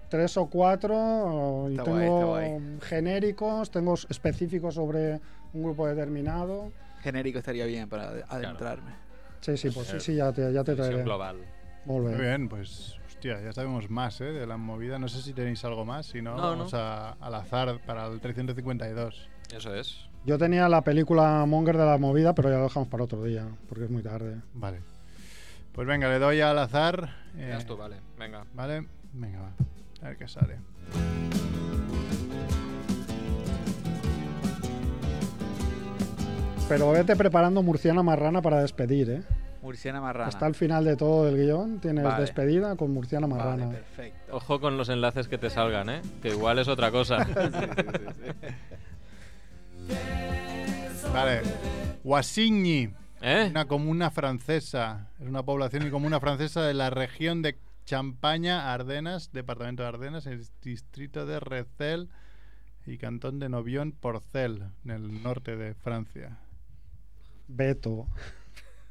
Speaker 1: tres o cuatro, y
Speaker 7: Está guay,
Speaker 1: tengo
Speaker 7: está guay.
Speaker 1: genéricos, tengo específicos sobre un grupo determinado.
Speaker 7: Genérico estaría bien para ad- adentrarme.
Speaker 1: Sí, sí, pues sí,
Speaker 4: Claro.
Speaker 1: sí, ya te, ya te
Speaker 4: visión
Speaker 1: traeré.
Speaker 4: global.
Speaker 1: Volver.
Speaker 2: Muy bien, pues, hostia, ya sabemos más, ¿eh? De la movida. No sé si tenéis algo más, si no,
Speaker 4: No,
Speaker 2: vamos a- al azar para el 352.
Speaker 4: Eso es.
Speaker 1: Yo tenía la película Monger de la movida, pero ya lo dejamos para otro día, porque es muy tarde.
Speaker 2: Vale. Pues venga, le doy al azar. eh,
Speaker 4: Veas tú, vale. Venga.
Speaker 2: Vale, venga, va. A ver qué sale.
Speaker 1: Pero vete preparando Murciana Marrana para despedir, ¿eh?
Speaker 7: Murciana Marrana.
Speaker 1: Está al final de todo del guión, tienes
Speaker 7: Vale.
Speaker 1: despedida con Murciana
Speaker 7: Vale,
Speaker 1: Marrana.
Speaker 7: perfecto.
Speaker 4: Ojo con los enlaces que te salgan, ¿eh? Que igual es otra cosa.
Speaker 2: Vale. Wasigny.
Speaker 4: ¿Eh?
Speaker 2: Una comuna francesa. Es una población y comuna francesa de la región de Champaña, Ardenas, departamento de Ardenas, el distrito de Recel y cantón de Novión, Porcel, en el norte de Francia.
Speaker 1: Beto.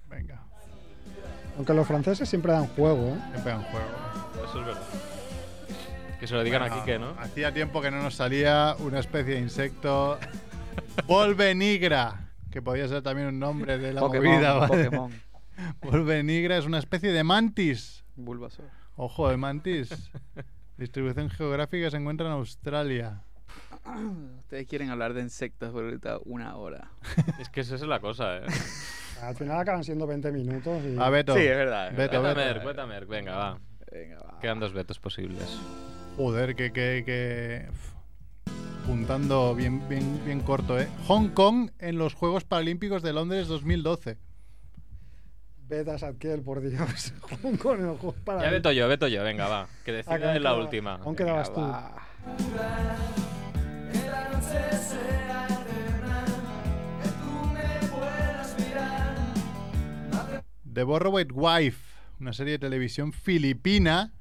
Speaker 2: Venga,
Speaker 1: Aunque los franceses siempre dan juego, ¿eh?
Speaker 2: me pega un juego.
Speaker 4: Eso es verdad. Que se lo digan
Speaker 2: Bueno,
Speaker 4: aquí que no.
Speaker 2: Hacía tiempo que no nos salía una especie de insecto. Volvenigra, que podía ser también un nombre de la movida.
Speaker 7: Pokémon,
Speaker 2: ¿vale?
Speaker 7: Pokémon,
Speaker 2: Volvenigra es una especie de mantis.
Speaker 7: Bulbasaur.
Speaker 2: Ojo, de mantis. Distribución geográfica se encuentra en Australia.
Speaker 7: Ustedes quieren hablar de insectos por ahorita una hora.
Speaker 4: Es que esa es la cosa, eh.
Speaker 1: Al final acaban siendo 20 minutos y...
Speaker 2: A Beto.
Speaker 7: Sí, es verdad. es
Speaker 2: Beto,
Speaker 7: verdad.
Speaker 2: Beto.
Speaker 4: Cuéntame, cuéntame, venga, va.
Speaker 7: Venga, va.
Speaker 4: Quedan dos vetos posibles.
Speaker 2: Joder, que, que, que. uf. Puntando bien, bien, bien corto, ¿eh? Hong Kong en los Juegos Paralímpicos de Londres 2012.
Speaker 1: Betas Adquiel, por Dios. Hong Kong en los Juegos
Speaker 4: Ya
Speaker 1: Paralímpicos.
Speaker 4: veto yo, veto yo, venga, va. Que
Speaker 1: Ah, que
Speaker 4: decida
Speaker 1: aún
Speaker 4: en la
Speaker 1: queda-
Speaker 4: última.
Speaker 1: Aún quedabas tú.
Speaker 7: Va.
Speaker 6: La noche será eterna, que tú me puedas mirar.
Speaker 2: The Borrowed Wife, una serie de televisión filipina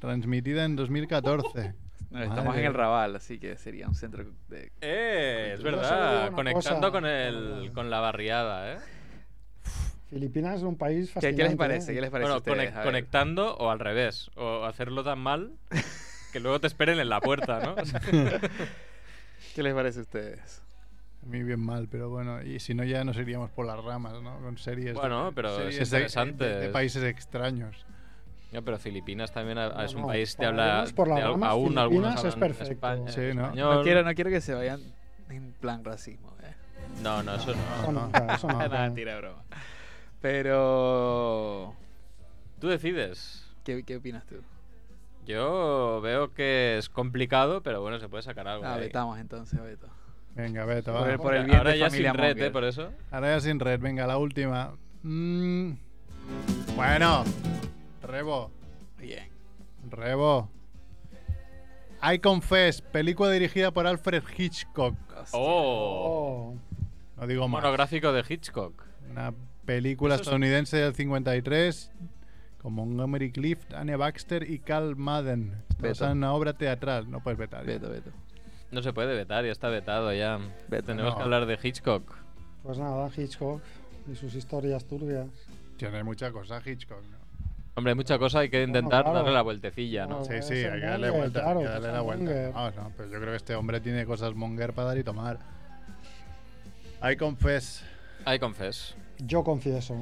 Speaker 2: transmitida en 2014.
Speaker 7: No, estamos
Speaker 2: Madre.
Speaker 7: en el Raval, así que sería un centro de...
Speaker 4: Eh, es
Speaker 1: Yo solo digo
Speaker 4: verdad.
Speaker 1: una
Speaker 4: Conectando
Speaker 1: cosa.
Speaker 4: con el, con la barriada, eh.
Speaker 1: Filipinas es un país
Speaker 7: ¿Qué,
Speaker 1: fascinante.
Speaker 7: qué les parece?
Speaker 1: ¿eh?
Speaker 7: ¿Qué les parece a
Speaker 4: bueno,
Speaker 7: ustedes?
Speaker 4: conec-
Speaker 7: A ver.
Speaker 4: conectando o al revés. O hacerlo tan mal que luego te esperen en la puerta, ¿no? O sea,
Speaker 7: ¿Qué les parece a ustedes?
Speaker 2: A mí bien mal, pero bueno, y si no ya nos iríamos por las ramas, ¿no? Con series.
Speaker 4: Bueno, pero es
Speaker 2: de-
Speaker 4: interesante.
Speaker 2: De, de países extraños.
Speaker 4: no, pero Filipinas también ha-
Speaker 1: No,
Speaker 4: es un
Speaker 1: no,
Speaker 4: país de
Speaker 1: para
Speaker 4: habla.
Speaker 1: irnos por las
Speaker 4: de al-
Speaker 1: ramas,
Speaker 4: aún algunos
Speaker 1: Filipinas es
Speaker 4: hablan
Speaker 1: perfecto.
Speaker 4: espa-
Speaker 2: Sí, ¿no?
Speaker 4: español.
Speaker 7: No quiero, no quiero que se vayan en plan racismo. eh.
Speaker 4: No, no, eso no.
Speaker 1: Eso nunca, eso nunca. ¿eh?
Speaker 7: Nada, tira broma. Pero...
Speaker 4: Tú decides.
Speaker 7: ¿Qué, qué opinas tú?
Speaker 4: Yo veo que es complicado, pero bueno, se puede sacar algo. de
Speaker 7: Ah,
Speaker 4: ahí.
Speaker 7: vetamos entonces, Beto.
Speaker 2: Venga, Beto,
Speaker 7: Por
Speaker 2: va.
Speaker 7: el- por el
Speaker 4: Ya,
Speaker 7: bien
Speaker 4: Ahora
Speaker 7: de
Speaker 4: ya
Speaker 7: familia
Speaker 4: sin red,
Speaker 7: Monger.
Speaker 4: ¿eh? Por eso.
Speaker 2: Ahora ya sin red, venga, la última. Mm. Bueno, Rebo,
Speaker 7: Bien.
Speaker 2: Rebo. I Confess, película dirigida por Alfred Hitchcock.
Speaker 4: ¡Oh!
Speaker 1: Oh,
Speaker 2: No digo más.
Speaker 4: Monográfico de Hitchcock.
Speaker 2: Una película
Speaker 4: Eso es-
Speaker 2: estadounidense del 53 con Montgomery Clift, Anne Baxter y Carl Madden. Está
Speaker 7: Veto.
Speaker 2: basada en una obra teatral, no puedes vetar. ya.
Speaker 7: Beto, Beto.
Speaker 4: No se puede vetar, ya está vetado ya.
Speaker 7: Beto,
Speaker 4: Tenemos
Speaker 2: no.
Speaker 4: que hablar de Hitchcock.
Speaker 1: pues nada, Hitchcock y sus historias turbias.
Speaker 2: Tiene mucha cosa Hitchcock, ¿no?
Speaker 4: Hombre, hay mucha cosa, hay que
Speaker 1: Bueno,
Speaker 4: intentar
Speaker 1: claro.
Speaker 4: darle la vueltecilla, ¿no?
Speaker 1: Claro.
Speaker 2: Sí,
Speaker 1: es
Speaker 2: sí,
Speaker 1: el
Speaker 2: hay que darle
Speaker 1: Monger,
Speaker 2: vuelta.
Speaker 1: claro,
Speaker 2: hay que darle
Speaker 1: es
Speaker 2: la
Speaker 1: el
Speaker 2: vuelta.
Speaker 1: Monger.
Speaker 2: No, no, pero yo creo que este hombre tiene cosas monger para dar y tomar. I confess.
Speaker 4: I confess.
Speaker 1: Yo confieso.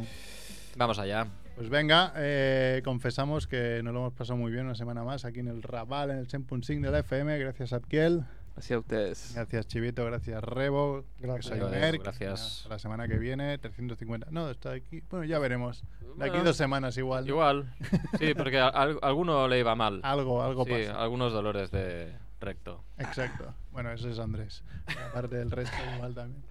Speaker 4: Vamos allá.
Speaker 2: Pues venga, eh, confesamos que nos lo hemos pasado muy bien una semana más aquí en el Raval, en el 100.5 de la FM. Gracias, Adkiel.
Speaker 7: Hacia ustedes.
Speaker 2: Gracias, Chivito. Gracias, Rebo.
Speaker 1: Gracias.
Speaker 2: Que soy
Speaker 4: Adiós,
Speaker 2: Merck.
Speaker 4: gracias.
Speaker 2: Hasta la semana que viene, 350. No, está aquí. Bueno, ya veremos. De aquí
Speaker 4: Bueno.
Speaker 2: dos semanas igual.
Speaker 4: Igual. Sí, porque a, al- alguno le iba mal.
Speaker 2: Algo, algo
Speaker 4: sí,
Speaker 2: pasa.
Speaker 4: algunos dolores de recto.
Speaker 2: Exacto. Bueno, eso es Andrés. Aparte del resto, igual también.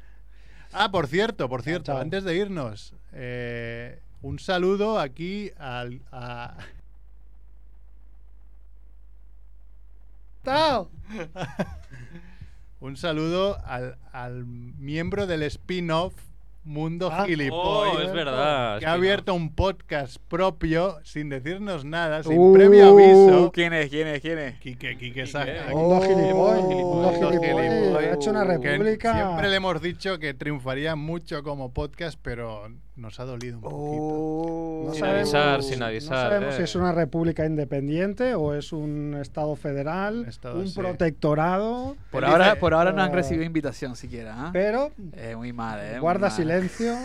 Speaker 2: Ah, por cierto, por cierto,
Speaker 1: chao.
Speaker 2: antes de irnos, eh, un saludo aquí al. A... ¡Tao! un saludo al, al miembro del spin-off Mundo
Speaker 1: Ah,
Speaker 4: Oh,
Speaker 2: Gilipollas.
Speaker 4: es verdad.
Speaker 2: que ha
Speaker 4: Espino.
Speaker 2: abierto un podcast propio sin decirnos nada, sin
Speaker 7: Uh,
Speaker 2: previo aviso.
Speaker 7: ¿Quién es? ¿Quién es? ¿Quién es?
Speaker 2: Quique, Quique, Sa-
Speaker 4: Quique.
Speaker 2: aquí
Speaker 1: Mundo Oh, gilipollas.
Speaker 2: Mundo
Speaker 1: Mundo
Speaker 2: gilipollas.
Speaker 1: gilipollas. Ha hecho una
Speaker 7: Que
Speaker 2: que
Speaker 1: república.
Speaker 2: Siempre le hemos dicho que triunfaría mucho como podcast, pero nos ha dolido un poquito.
Speaker 7: Oh.
Speaker 1: No
Speaker 4: Sin
Speaker 1: sabemos-
Speaker 4: avisar, sin
Speaker 1: No
Speaker 4: avisar,
Speaker 1: sabemos
Speaker 4: eh.
Speaker 1: si es una república independiente o es un estado federal,
Speaker 2: Estado,
Speaker 1: un
Speaker 2: sí.
Speaker 1: protectorado,
Speaker 7: Por
Speaker 2: Él
Speaker 7: ahora,
Speaker 2: dice-
Speaker 7: por ahora no han
Speaker 1: Ah.
Speaker 7: recibido invitación siquiera. ¿ah?
Speaker 1: pero
Speaker 7: Eh, muy mal,
Speaker 2: Em,
Speaker 7: ¿eh? muy
Speaker 2: ah.
Speaker 1: guarda
Speaker 7: mal.
Speaker 1: silencio.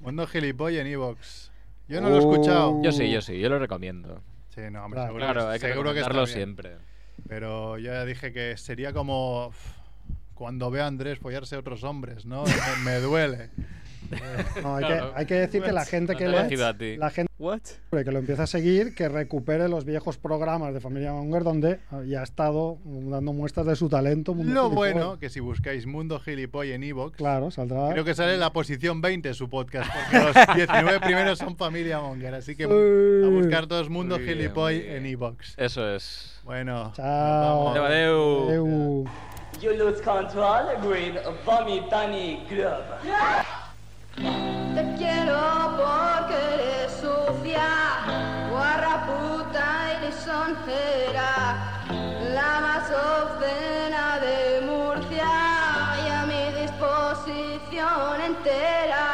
Speaker 2: Mundo gilipollas en Evox. Yo no lo he escuchado.
Speaker 4: Yo sí, yo sí, yo lo recomiendo.
Speaker 2: Sí, no,
Speaker 1: Oh.
Speaker 2: hombre,
Speaker 1: Claro.
Speaker 2: seguro,
Speaker 4: Claro,
Speaker 2: que,
Speaker 4: hay que
Speaker 2: Pues seguro que está
Speaker 4: recomendarlo
Speaker 2: bien.
Speaker 4: siempre.
Speaker 2: Pero yo ya dije que sería como uf, cuando veo a Andrés follarse a otros hombres, ¿no? Me- Me duele.
Speaker 1: No, hay,
Speaker 4: Claro.
Speaker 1: que, hay que decir que la gente que
Speaker 4: No te
Speaker 1: le,
Speaker 4: elegido a ti.
Speaker 1: la gente
Speaker 7: What?
Speaker 1: que lo empieza a seguir, que recupere los viejos programas de Familia Monger donde ah, ya ha estado dando muestras de su talento. Mundo
Speaker 2: Lo
Speaker 1: gilipollas.
Speaker 2: bueno que si buscáis Mundo Gilipollas en Evox,
Speaker 1: Claro, saldrá.
Speaker 2: creo que sale la posición 20 su podcast, porque los 19 primeros son familia Monger. Así que a buscar todos Mundo
Speaker 4: Muy bien,
Speaker 2: Gilipollas
Speaker 4: muy bien.
Speaker 2: en Evox.
Speaker 4: Eso es.
Speaker 2: Bueno, nos
Speaker 1: Chao.
Speaker 2: vamos. uh,
Speaker 4: Adeu.
Speaker 1: Eu-
Speaker 6: You lose control with Vomitani Club.
Speaker 10: Te quiero porque eres sucia, guarra
Speaker 9: nación entera.